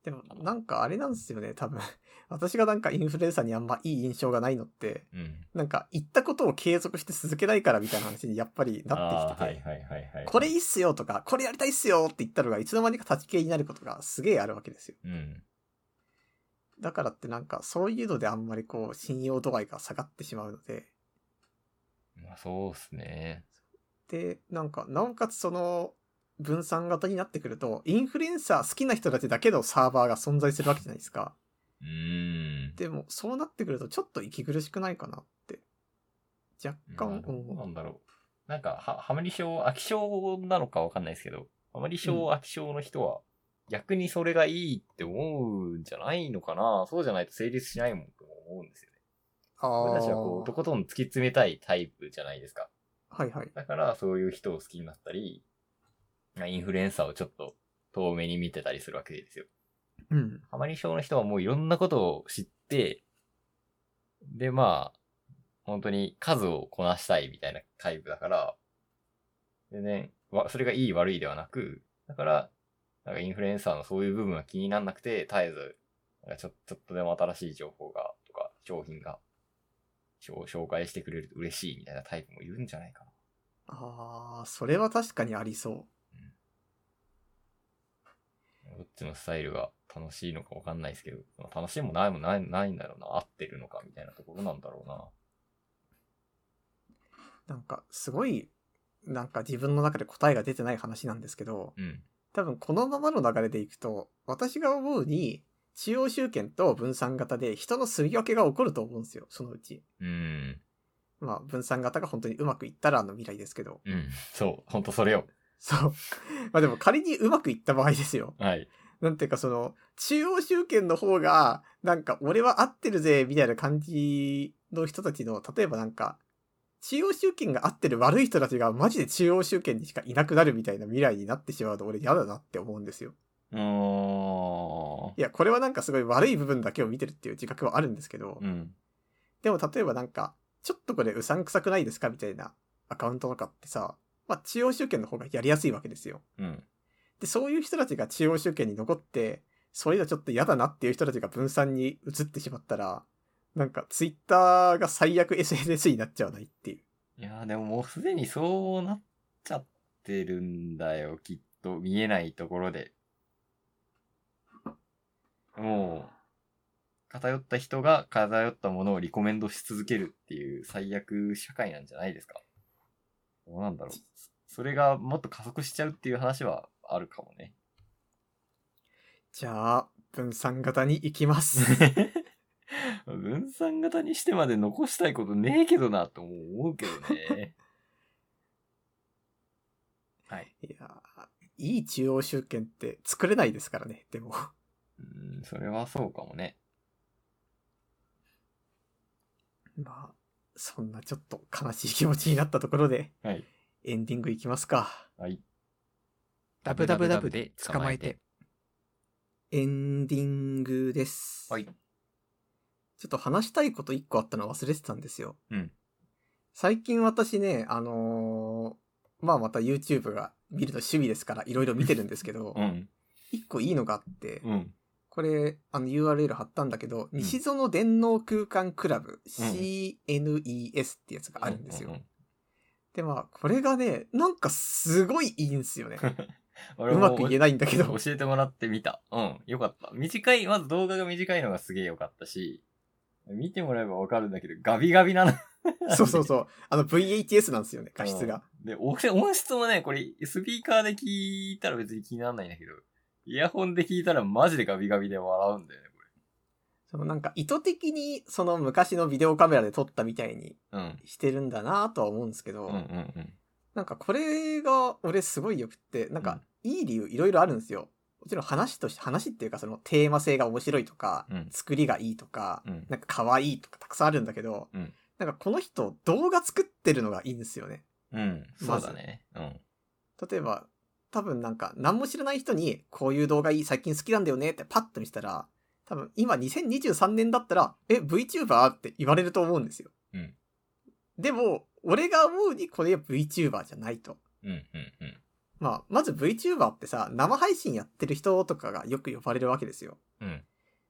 [SPEAKER 1] でもなんかあれなんですよね、多分。 <laughs> 私がなんかインフルエンサーにあんまいい印象がないのって、
[SPEAKER 2] うん。
[SPEAKER 1] なんか言ったことを継続して続けないからみたいな話にやっぱりなってき
[SPEAKER 2] あ
[SPEAKER 1] て
[SPEAKER 2] ー
[SPEAKER 1] て、
[SPEAKER 2] はいはいはいはい。
[SPEAKER 1] これいいっすよとか、これやりたいっすよって言ったのがいつの間にか立ち消えになることがすげえあるわけですよ。
[SPEAKER 2] うん。
[SPEAKER 1] だからってなんかそういうのであんまりこう信用度合いが下がってしまうので、
[SPEAKER 2] まあ、そうっすね。
[SPEAKER 1] で、なんかなおかつその分散型になってくると、インフルエンサー好きな人たちだけのサーバーが存在するわけじゃないですか。
[SPEAKER 2] うーん。
[SPEAKER 1] でもそうなってくるとちょっと息苦しくないかなって。若干、う
[SPEAKER 2] う
[SPEAKER 1] んん
[SPEAKER 2] なんだろう。なんか、は、ハマり症、飽き症なのかわかんないですけど、ハマり症、
[SPEAKER 1] うん
[SPEAKER 2] 飽き症の人は、逆にそれがいいって思うんじゃないのかなそうじゃないと成立しないもんと思うんですよね。
[SPEAKER 1] ああ
[SPEAKER 2] 俺たちはこう、とことん突き詰めたいタイプじゃないですか。
[SPEAKER 1] はいはい。
[SPEAKER 2] だから、そういう人を好きになったり、インフルエンサーをちょっと遠目に見てたりするわけですよ。
[SPEAKER 1] うん。
[SPEAKER 2] ハマり症の人はもういろんなことを知って、で、まあ、本当に数をこなしたいみたいなタイプだから、全然、わそれがいい悪いではなく、だから、なんかインフルエンサーのそういう部分は気になんなくて、絶えず、なんかちょちょっとでも新しい情報が、とか、商品が、紹紹介してくれると嬉しいみたいなタイプもいるんじゃないかな。
[SPEAKER 1] ああ、それは確かにありそう。
[SPEAKER 2] どっちのスタイルが楽しいのかわかんないですけど、まあ楽しいもないもないないんだろうな、合ってるのかみたいなところなんだろうな。
[SPEAKER 1] なんかすごい、なんか自分の中で答えが出てない話なんですけど、
[SPEAKER 2] うん。
[SPEAKER 1] 多分このままの流れでいくと、私が思うに、中央集権と分散型で人のすり分けが起こると思うんですよ、そのうち。
[SPEAKER 2] うん。
[SPEAKER 1] まあ、分散型が本当にうまくいったらの未来ですけど。
[SPEAKER 2] うん。そう。ほんとそれよ。
[SPEAKER 1] そう。まあでも仮にうまくいった場合ですよ。
[SPEAKER 2] はい。
[SPEAKER 1] なんていうかその、中央集権の方が、なんか俺は合ってるぜ、みたいな感じの人たちの、例えばなんか、中央集権が合ってる悪い人たちがマジで中央集権にしかいなくなるみたいな未来になってしまうと俺嫌だなって思うんですよ。
[SPEAKER 2] うーん
[SPEAKER 1] いや、これはなんかすごい悪い部分だけを見てるっていう自覚はあるんですけど、
[SPEAKER 2] うん。
[SPEAKER 1] でも例えばなんか、ちょっとこれうさんくさくないですかみたいなアカウントとかってさ、まあ中央集権の方がやりやすいわけですよ。
[SPEAKER 2] うん。
[SPEAKER 1] で、そういう人たちが中央集権に残って、そういうのちょっと嫌だなっていう人たちが分散に移ってしまったら、なんかツイッターが最悪 SNS になっちゃわないっていう。
[SPEAKER 2] いやーでももうすでにそうなっちゃってるんだよ、きっと。見えないところで。もう、偏った人が偏ったものをリコメンドし続けるっていう最悪社会なんじゃないですか。どうなんだろう。それがもっと加速しちゃうっていう話はあるかもね。
[SPEAKER 1] じゃあ、分散型に行きます。
[SPEAKER 3] <laughs>
[SPEAKER 2] 分散型にしてまで残したいことねえけどなとも思うけどね。はい。
[SPEAKER 1] いやー、いい中央集権って作れないですからね、でも。 <laughs>
[SPEAKER 2] うん、それはそうかもね。
[SPEAKER 1] まあ、そんなちょっと悲しい気持ちになったところで、
[SPEAKER 2] はい。
[SPEAKER 1] エンディングいきますか。
[SPEAKER 2] はい。
[SPEAKER 3] ダブダブダブで捕まえて。
[SPEAKER 1] エンディングです。
[SPEAKER 2] はい。
[SPEAKER 1] ちょっと話したいこと一個あったの忘れてたんですよ。
[SPEAKER 2] うん
[SPEAKER 1] 最近私ね、あのーまあまた YouTube が見るの趣味ですからいろいろ見てるんですけど
[SPEAKER 2] <laughs> う、ん。
[SPEAKER 1] 一、個いいのがあって、
[SPEAKER 2] うん。
[SPEAKER 1] これ、あの URL 貼ったんだけど、
[SPEAKER 2] うん
[SPEAKER 1] 西園電脳空間クラブ、
[SPEAKER 2] ん
[SPEAKER 1] CNES ってやつがあるんですよ。
[SPEAKER 2] うん
[SPEAKER 1] で、まあ、これがね、なんかすごいいいんですよ
[SPEAKER 2] <laughs>
[SPEAKER 1] ね。う
[SPEAKER 2] 俺も
[SPEAKER 1] まく言えないんだけど。
[SPEAKER 2] 教えてもらってみた。うん。よかった。短い、まず動画が短いのがすげえよかったし、見てもらえばわかるんだけど、ガビガビなの。
[SPEAKER 1] <laughs> そうそうそう。あの、VHS なんですよね、画質が。
[SPEAKER 2] で、音 <laughs> 音質もね、これ、スピーカーで聞いたら別に気にならないんだけど、イヤホンで聞いたらマジでガビガビで笑うんだよね、
[SPEAKER 1] そのなんか、意図的に、その昔のビデオカメラで撮ったみたいに
[SPEAKER 2] これ。うん。
[SPEAKER 1] してるんだなとは思うんですけど、
[SPEAKER 2] うんうんうん。
[SPEAKER 1] なんかこれが俺すごいよくって、なん
[SPEAKER 2] うん
[SPEAKER 1] かいい理由いろいろあるんですよ。もちろん話として、話っていうかそのテーマ性が面白いとか、
[SPEAKER 2] うん
[SPEAKER 1] 作りがいいとか、
[SPEAKER 2] うん。
[SPEAKER 1] なんか可愛いとかたくさんあるんだけど、
[SPEAKER 2] うん
[SPEAKER 1] なんかこの人動画作ってるのがいいんですよね。
[SPEAKER 2] うん。そ
[SPEAKER 1] ま
[SPEAKER 2] う
[SPEAKER 1] ず
[SPEAKER 2] だね。うん。
[SPEAKER 1] 例えば、多分なんか何も知らない人にこういう動画いい最近好きなんだよねってパッと見せたら、多分今2023年だったら、え、VTuber? って言われると思うんですよ。
[SPEAKER 2] うん
[SPEAKER 1] でも、俺が思うにこれは VTuber じゃないと。
[SPEAKER 2] うんうんうん。
[SPEAKER 1] まあ、まず VTuber ってさ、生配信やってる人とかがよく呼ばれるわけですよ。
[SPEAKER 2] うん。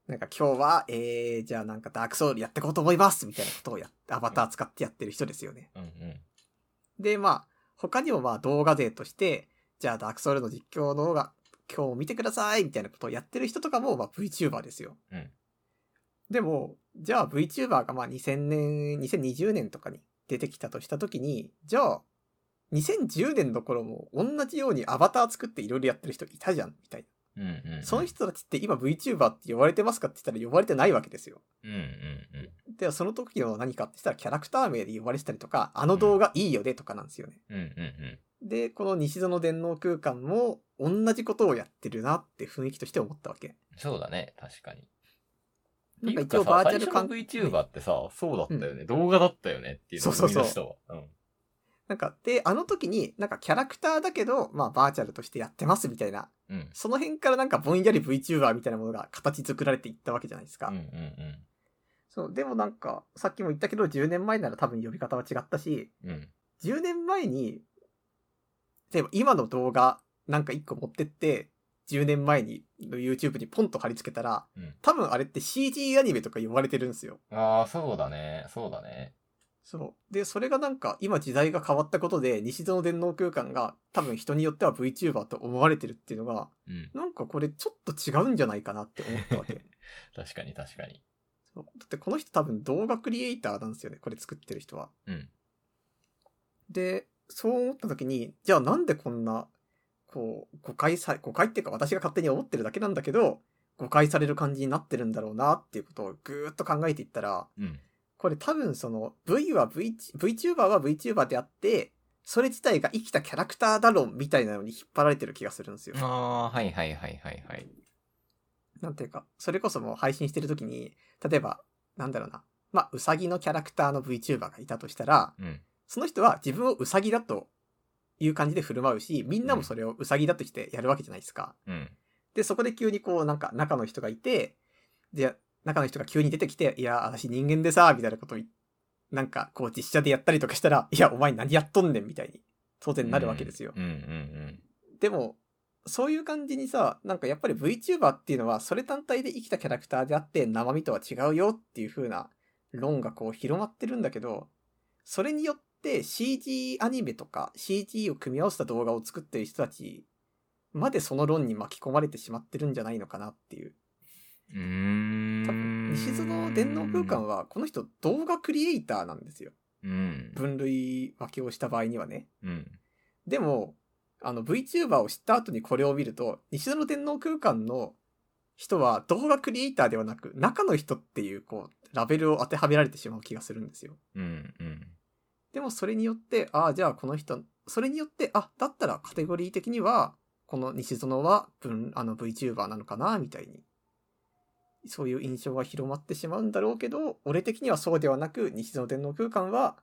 [SPEAKER 1] なんか今日は、えー、じゃあなんかダークソウルやっていこうと思いますみたいなことをやっアバター使ってやってる人ですよね。
[SPEAKER 2] うんうん。
[SPEAKER 1] で、まあ、他にもまあ動画勢として、じゃあダークソウルの実況動画、今日見てくださいみたいなことをやってる人とかもまあ VTuber ですよ。
[SPEAKER 2] うん
[SPEAKER 1] でも、じゃあ VTuber がまあ2000年、2020年とかに出てきたとしたときに、じゃあ、2010年の頃も同じようにアバター作っていろいろやってる人いたじゃん、みたいな。
[SPEAKER 2] うんうんうん。
[SPEAKER 1] その人たちって今 VTuber って呼ばれてますかって言ったら呼ばれてないわけですよ。
[SPEAKER 2] うんうんうん。
[SPEAKER 1] ではその時の何かって言ったらキャラクター名で呼ばれてたりとか、あの動画いいよねとかなんですよね。
[SPEAKER 2] うんうんうん。
[SPEAKER 1] で、この西園電脳空間も同じことをやってるなって雰囲気として思ったわけ。
[SPEAKER 2] そうだね。確かに。
[SPEAKER 1] なんか
[SPEAKER 2] って
[SPEAKER 1] 一応
[SPEAKER 2] いう
[SPEAKER 1] バ
[SPEAKER 2] さ
[SPEAKER 1] ーチャル
[SPEAKER 2] 最
[SPEAKER 1] 感
[SPEAKER 2] 初の VTuber ってさ、そうだったよね。動画だったよねっていうのを
[SPEAKER 1] そう
[SPEAKER 2] 思
[SPEAKER 1] そうそう
[SPEAKER 2] い出したわ。うん
[SPEAKER 1] なんか、で、あの時になんかキャラクターだけど、まあバーチャルとしてやってますみたいな。
[SPEAKER 2] うん。
[SPEAKER 1] その辺からなんかぼんやり VTuber みたいなものが形作られていったわけじゃないですか。
[SPEAKER 2] うんうん
[SPEAKER 1] そう、でもなんか、さっきも言ったけど10年前なら多分呼び方は違ったし、
[SPEAKER 2] うん。うん。
[SPEAKER 1] 10年前に、例えば今の動画なんか1個持ってって、10年前にの YouTube にポンと貼り付けたら、
[SPEAKER 2] うん
[SPEAKER 1] 多分あれって CG アニメとか呼ばれてるんですよ。
[SPEAKER 2] ああ、そうだね。そうだね。
[SPEAKER 1] そう。で、それがなんか今時代が変わったことで、西園電脳空間が多分人によっては VTuber と思われてるっていうのが、
[SPEAKER 2] うん。
[SPEAKER 1] なんかこれちょっと違うんじゃないかなって思ったわけ。
[SPEAKER 2] 確かに確かに。
[SPEAKER 1] そうだってこの人多分動画クリエイターなんですよね、これ作ってる人は。
[SPEAKER 2] うん。
[SPEAKER 1] で、そう思った時に、じゃあなんでこんな、こう、誤解さ、誤解っていうか私が勝手に思ってるだけなんだけど、誤解される感じになってるんだろうなっていうことをぐーっと考えていったら、
[SPEAKER 2] うん。
[SPEAKER 1] これ多分その V は V、VTuber は VTuber であって、それ自体が生きたキャラクターだろうみたいなのに引っ張られてる気がするんですよ。
[SPEAKER 2] ああ、はいはいはいはいはい。
[SPEAKER 1] なんていうか、それこそもう配信してる時に、例えば、なんだろうな、まあ、うさぎのキャラクターの VTuber がいたとしたら、
[SPEAKER 2] うん。
[SPEAKER 1] その人は自分をウサギだという感じで振る舞うし、みんなもそれをウサギだとしてやるわけじゃないですか。
[SPEAKER 2] うん。
[SPEAKER 1] で、そこで急にこう、なんか中の人がいて、で、中の人が急に出てきて、いや、私人間でさ、みたいなことを言い、なんかこう実写でやったりとかしたら、いや、お前何やっとんねん、みたいに、当然なるわけですよ。
[SPEAKER 2] うんうんうん。
[SPEAKER 1] でも、そういう感じにさ、なんかやっぱり VTuber っていうのは、それ単体で生きたキャラクターであって、生身とは違うよっていう風な論がこう広まってるんだけど、それによって CG アニメとか CG を組み合わせた動画を作ってる人たちまでその論に巻き込まれてしまってるんじゃないのかなっていう。
[SPEAKER 2] うー
[SPEAKER 1] 多
[SPEAKER 2] ん。
[SPEAKER 1] 分、西園電脳空間は、この人動画クリエイターなんですよ。
[SPEAKER 2] うん。
[SPEAKER 1] 分類分けをした場合にはね。
[SPEAKER 2] うん。
[SPEAKER 1] でも、あの VTuber を知った後にこれを見ると、西園天皇空間の人は動画クリエイターではなく、中の人っていう、こう、ラベルを当てはめられてしまう気がするんですよ。
[SPEAKER 2] うんうん。
[SPEAKER 1] でもそれによって、ああ、じゃあこの人、それによって、あ、だったらカテゴリー的には、この西園は分、あの VTuber なのかな、みたいに。そういう印象が広まってしまうんだろうけど、俺的にはそうではなく、西園天皇空間は、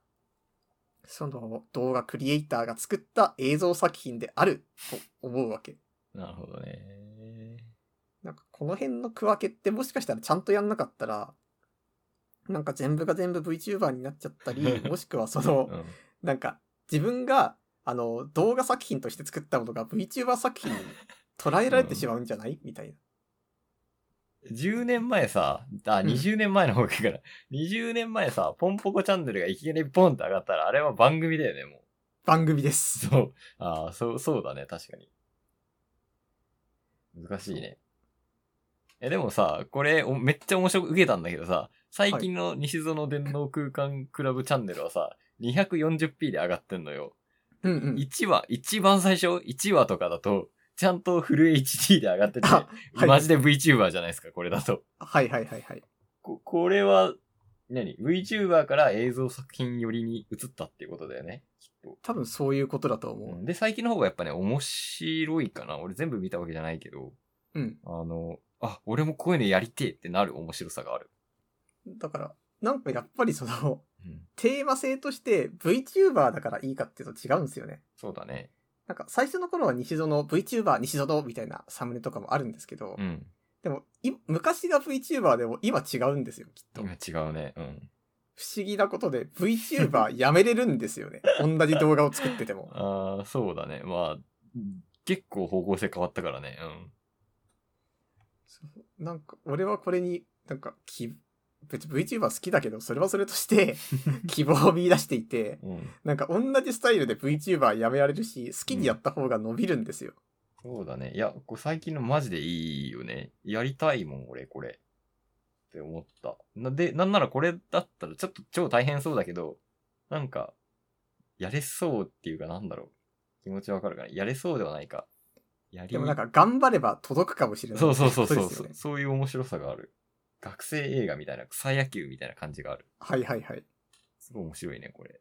[SPEAKER 1] その動画クリエイターが作った映像作品であると思うわけ。
[SPEAKER 2] なるほどね。
[SPEAKER 1] なんかこの辺の区分けってもしかしたらちゃんとやんなかったら、なんか全部が全部 VTuber になっちゃったり、もしくはその、
[SPEAKER 2] うん。
[SPEAKER 1] なんか、自分が、あの、動画作品として作ったものが VTuber 作 <laughs> 品に捉えられてしまうんじゃない、みたいな。
[SPEAKER 2] 10年前さ、あ、
[SPEAKER 1] うん
[SPEAKER 2] 20年前の方がいいから、20年前さ、ポンポコチャンネルがいきなりポンって上がったら、あれは番組だよね、も
[SPEAKER 1] 番組です。
[SPEAKER 2] そう。ああ、そう、そうだね、確かに。難しいね。え、でもさ、これ、おめっちゃ面白く受けたんだけどさ、最近の西園電脳空間クラブチャンネルはさ、240p で上がってんのよ。
[SPEAKER 1] <laughs> うんうん。
[SPEAKER 2] 1話、一番最初 ?1 話とかだと、ちゃんとフル HD で上がってて、
[SPEAKER 1] あ、はい
[SPEAKER 2] マジで VTuber じゃないですか、これだと。
[SPEAKER 1] はいはいはいはい。
[SPEAKER 2] こ、これは、何 ?VTuber から映像作品寄りに移ったっていうことだよね、きっと。
[SPEAKER 1] 多分そういうことだと思う。
[SPEAKER 2] で、最近の方がやっぱね、面白いかな。俺全部見たわけじゃないけど、
[SPEAKER 1] うん。
[SPEAKER 2] あの、あ、俺もこういうのやりてえってなる面白さがある。
[SPEAKER 1] だから、なんかやっぱりその、
[SPEAKER 2] うん、
[SPEAKER 1] テーマ性として VTuber だからいいかっていうと違うんですよね。
[SPEAKER 2] そうだね。
[SPEAKER 1] なんか最初の頃は西園 VTuber 西園みたいなサムネとかもあるんですけど、
[SPEAKER 2] うん。
[SPEAKER 1] でもい昔が VTuber でも今違うんですよ、きっと。
[SPEAKER 2] 今違うね。うん。
[SPEAKER 1] 不思議なことで VTuber やめれるんですよね。同じ動画を作ってても。
[SPEAKER 2] ああ、そうだね。まあ、結構方向性変わったからね。
[SPEAKER 1] そうなんか俺はこれになんかき別に VTuber 好きだけどそれはそれとして
[SPEAKER 2] <laughs>
[SPEAKER 1] 希望を見出していて
[SPEAKER 2] うん。うん。
[SPEAKER 1] なんか同じスタイルで VTuber やめられるし好きにやった方が伸びるんですよ。
[SPEAKER 2] そうだね。いや、こう最近のマジでいいよね。やりたいもん、俺、これ。って思った。なで、なんならこれだったら、ちょっと超大変そうだけど、なんか、やれそうっていうか、なんだろう。気持ちわかるかな。やれそうではないか。やり
[SPEAKER 1] でもなんか頑張れば届くかもしれない。
[SPEAKER 2] そうそうそうそう
[SPEAKER 1] こと
[SPEAKER 2] そう
[SPEAKER 1] ですよね
[SPEAKER 2] そういう面白さがある。学生映画みたいな、草野球みたいな感じがある。
[SPEAKER 1] はいはいはい。
[SPEAKER 2] すごい面白いね、これ。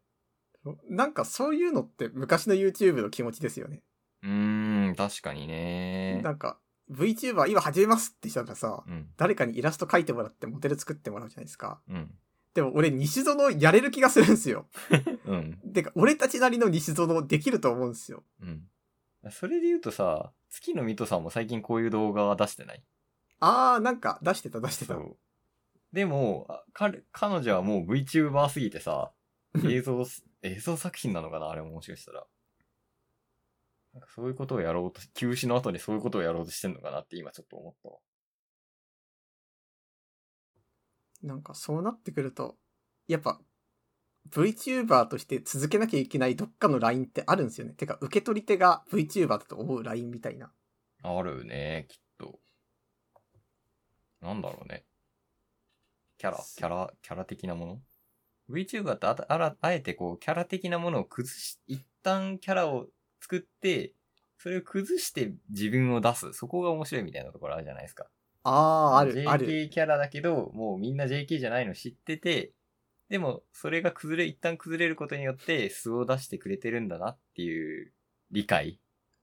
[SPEAKER 1] なんかそういうのって昔の YouTube の気持ちですよね。
[SPEAKER 2] うーん、確かにね。
[SPEAKER 1] なんか VTuber 今始めますって人がさ、
[SPEAKER 2] うん、
[SPEAKER 1] 誰かにイラスト描いてもらってモデル作ってもらうじゃないですか。
[SPEAKER 2] うん、
[SPEAKER 1] でも俺西園やれる気がするんですよ。
[SPEAKER 2] うん。
[SPEAKER 1] てか俺たちなりの西園できると思うんですよ。
[SPEAKER 2] うん。それで言うとさ、月の水戸さんも最近こういう動画は出してない
[SPEAKER 1] あーなんか出してた出してた。
[SPEAKER 2] う。でも、あ彼、彼女はもう VTuber すぎ
[SPEAKER 1] <laughs>
[SPEAKER 2] てさ、映像す、映像作品なのかなあれももしかしたら。なんかそういうことをやろうと、休止の後にそういうことをやろうとしてんのかなって今ちょっと思ったわ。
[SPEAKER 1] なんかそうなってくると、やっぱ VTuber として続けなきゃいけないどっかのラインってあるんですよね。てか受け取り手が VTuber だと思うラインみたいな。
[SPEAKER 2] あるね、きっと。なんだろうね。キャラ、キャラ、キャラ的なもの ?VTuber ってあたあら、あえてこう、キャラ的なものを崩し、一旦キャラを作って、それを崩して自分を出す。そこが面白いみたいなところあるじゃないですか。
[SPEAKER 1] あーあるある。
[SPEAKER 2] JK キャラだけど、もうみんな JK じゃないの知ってて、でも、それが崩れ、一旦崩れることによって、素を出してくれてるんだなっていう理解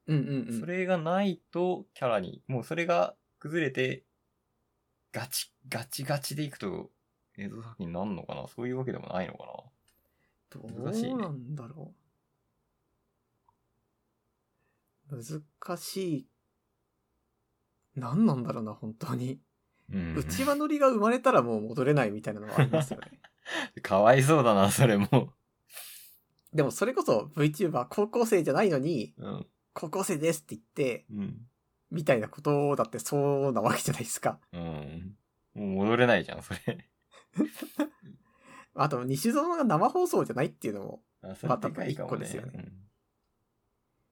[SPEAKER 1] うんうんうん。
[SPEAKER 2] それがないとキャラに、もうそれが崩れて、ガチ、ガチガチでいくと映像作品になるのかなそういうわけでもないのか
[SPEAKER 1] ど
[SPEAKER 2] 難しいうね
[SPEAKER 1] なんだろう。難しい。何なんだろうな、本当に。
[SPEAKER 2] なうん
[SPEAKER 1] うちわ乗りが生まれたらもう戻れないみたいなのはありますよ
[SPEAKER 2] <laughs>
[SPEAKER 1] ね。
[SPEAKER 2] かわいそうだな、それも。
[SPEAKER 1] でもそれこそ VTuber 高校生じゃないのに、
[SPEAKER 2] うん。
[SPEAKER 1] 高校生ですって言って、
[SPEAKER 2] うん。
[SPEAKER 1] みたいなことだってそうなわけじゃないですか。 <laughs>
[SPEAKER 2] うん。もう戻れないじゃん、それ。
[SPEAKER 1] あと、西園が生放送じゃないっていうのも、
[SPEAKER 2] あ、そ
[SPEAKER 1] また一個ですよね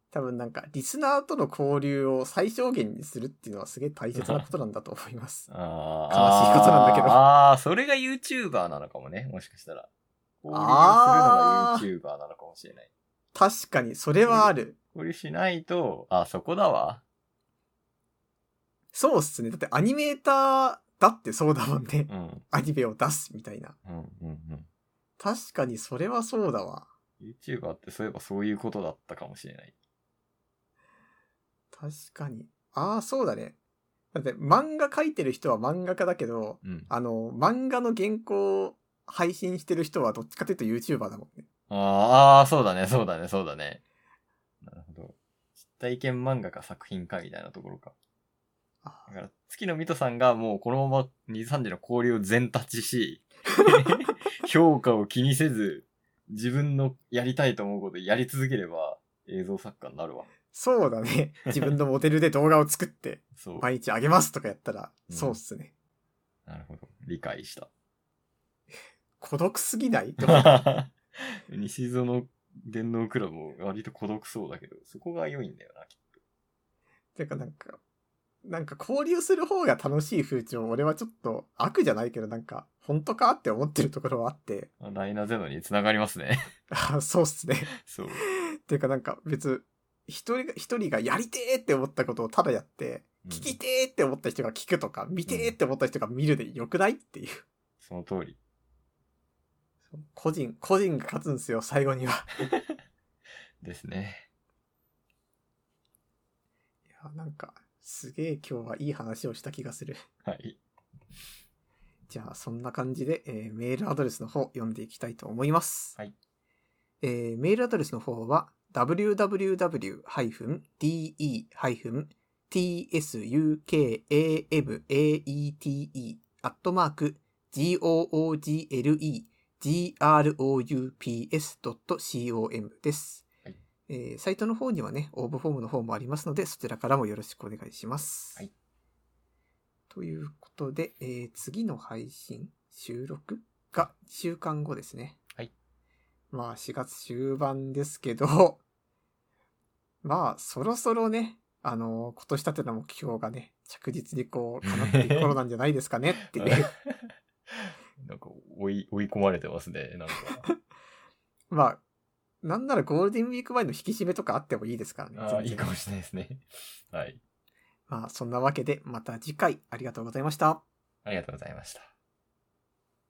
[SPEAKER 1] 多分なんか、リスナーとの交流を最小限にするっていうのはすげえ大切なことなんだと思います。
[SPEAKER 2] あ
[SPEAKER 1] 悲しいことなんだけど
[SPEAKER 2] あーあー、それが YouTuber なのかもね、もしかしたら。交流するのが YouTuber なのかもしれない。
[SPEAKER 1] 確かに、それはある。
[SPEAKER 2] 交流しないと、あ、そこだわ。
[SPEAKER 1] そうっすね。だってアニメーターだってそうだもんね
[SPEAKER 2] う。ん。
[SPEAKER 1] アニメを出すみたいな。
[SPEAKER 2] うん、うん、うん。
[SPEAKER 1] 確かにそれはそうだわ。
[SPEAKER 2] YouTuber ってそういえばそういうことだったかもしれない。
[SPEAKER 1] 確かに。ああ、そうだね。だって漫画描いてる人は漫画家だけど、
[SPEAKER 2] うん。
[SPEAKER 1] あの、漫画の原稿を配信してる人はどっちかというと YouTuber だもんね。
[SPEAKER 2] あーあー、そうだね、そうだね、そうだね。なるほど。実体験漫画か作品かみたいなところか。
[SPEAKER 1] あ
[SPEAKER 2] だから、月野水戸さんがもうこのまま2、3時の交流を全立ち <laughs> し、評価を気にせず、自分のやりたいと思うことやり続ければ映像作家になるわ。
[SPEAKER 1] そうだ
[SPEAKER 2] <laughs>
[SPEAKER 1] ね。自分のモデルで動画を作って、
[SPEAKER 2] そう。
[SPEAKER 1] 毎日あげますとかやったら、
[SPEAKER 2] うん
[SPEAKER 1] そうっすね。
[SPEAKER 2] なるほど。理解した。 <laughs>
[SPEAKER 1] 孤独すぎない
[SPEAKER 2] 西園電脳クラブも割と孤独そうだけど、そこが良いんだよな、きって
[SPEAKER 1] かなんか、なんか交流する方が楽しい風潮、俺はちょっと悪じゃないけど、なんか、本当かって思ってるところはあって、
[SPEAKER 2] と。ダイナゼロに繋がりますね。
[SPEAKER 1] あそうっすね。
[SPEAKER 2] <laughs> そう。
[SPEAKER 1] っていうかなんか別、一人が、一人がやりてーって思ったことをただやって、
[SPEAKER 2] うん
[SPEAKER 1] 聞きてーって思った人が聞くとか、見てーって思った人が見るでよくないっていう。
[SPEAKER 2] その通り。
[SPEAKER 1] 個人、個人が勝つんですよ、最後には。
[SPEAKER 2] ですね。
[SPEAKER 1] いや、なんか、すげえ今日はいい話をした気がする。
[SPEAKER 2] はい。
[SPEAKER 1] じゃあ、そんな感じで、えーメールアドレスの方読んでいきたいと思います。
[SPEAKER 2] はい
[SPEAKER 1] えーメールアドレスの方は、www-tsukamate.google-groups.com です、
[SPEAKER 2] はい
[SPEAKER 1] えーサイトの方にはね、応募フォームの方もありますので、そちらからもよろしくお願いします。
[SPEAKER 2] はい
[SPEAKER 1] ということで、えー次の配信、収録が1週間後ですね。
[SPEAKER 2] はい。
[SPEAKER 1] まあ、4月終盤ですけど、まあ、そろそろね、あのー今年立てた目標がね、着実にこ
[SPEAKER 2] <laughs>
[SPEAKER 1] う、叶 <laughs> っていく頃なんじゃないですかねっていう。
[SPEAKER 2] なんか、追い、追い込まれてますね。なんか。
[SPEAKER 1] まあ、なんならゴールデンウィーク前の引き締めとかあってもいいですからね。
[SPEAKER 2] <laughs> ああ、
[SPEAKER 1] 全
[SPEAKER 2] い
[SPEAKER 1] 然
[SPEAKER 2] いかもしれないですね。はい。
[SPEAKER 1] まあ、そんなわけで、また次回ありがとうございました。
[SPEAKER 2] ありがとうございました。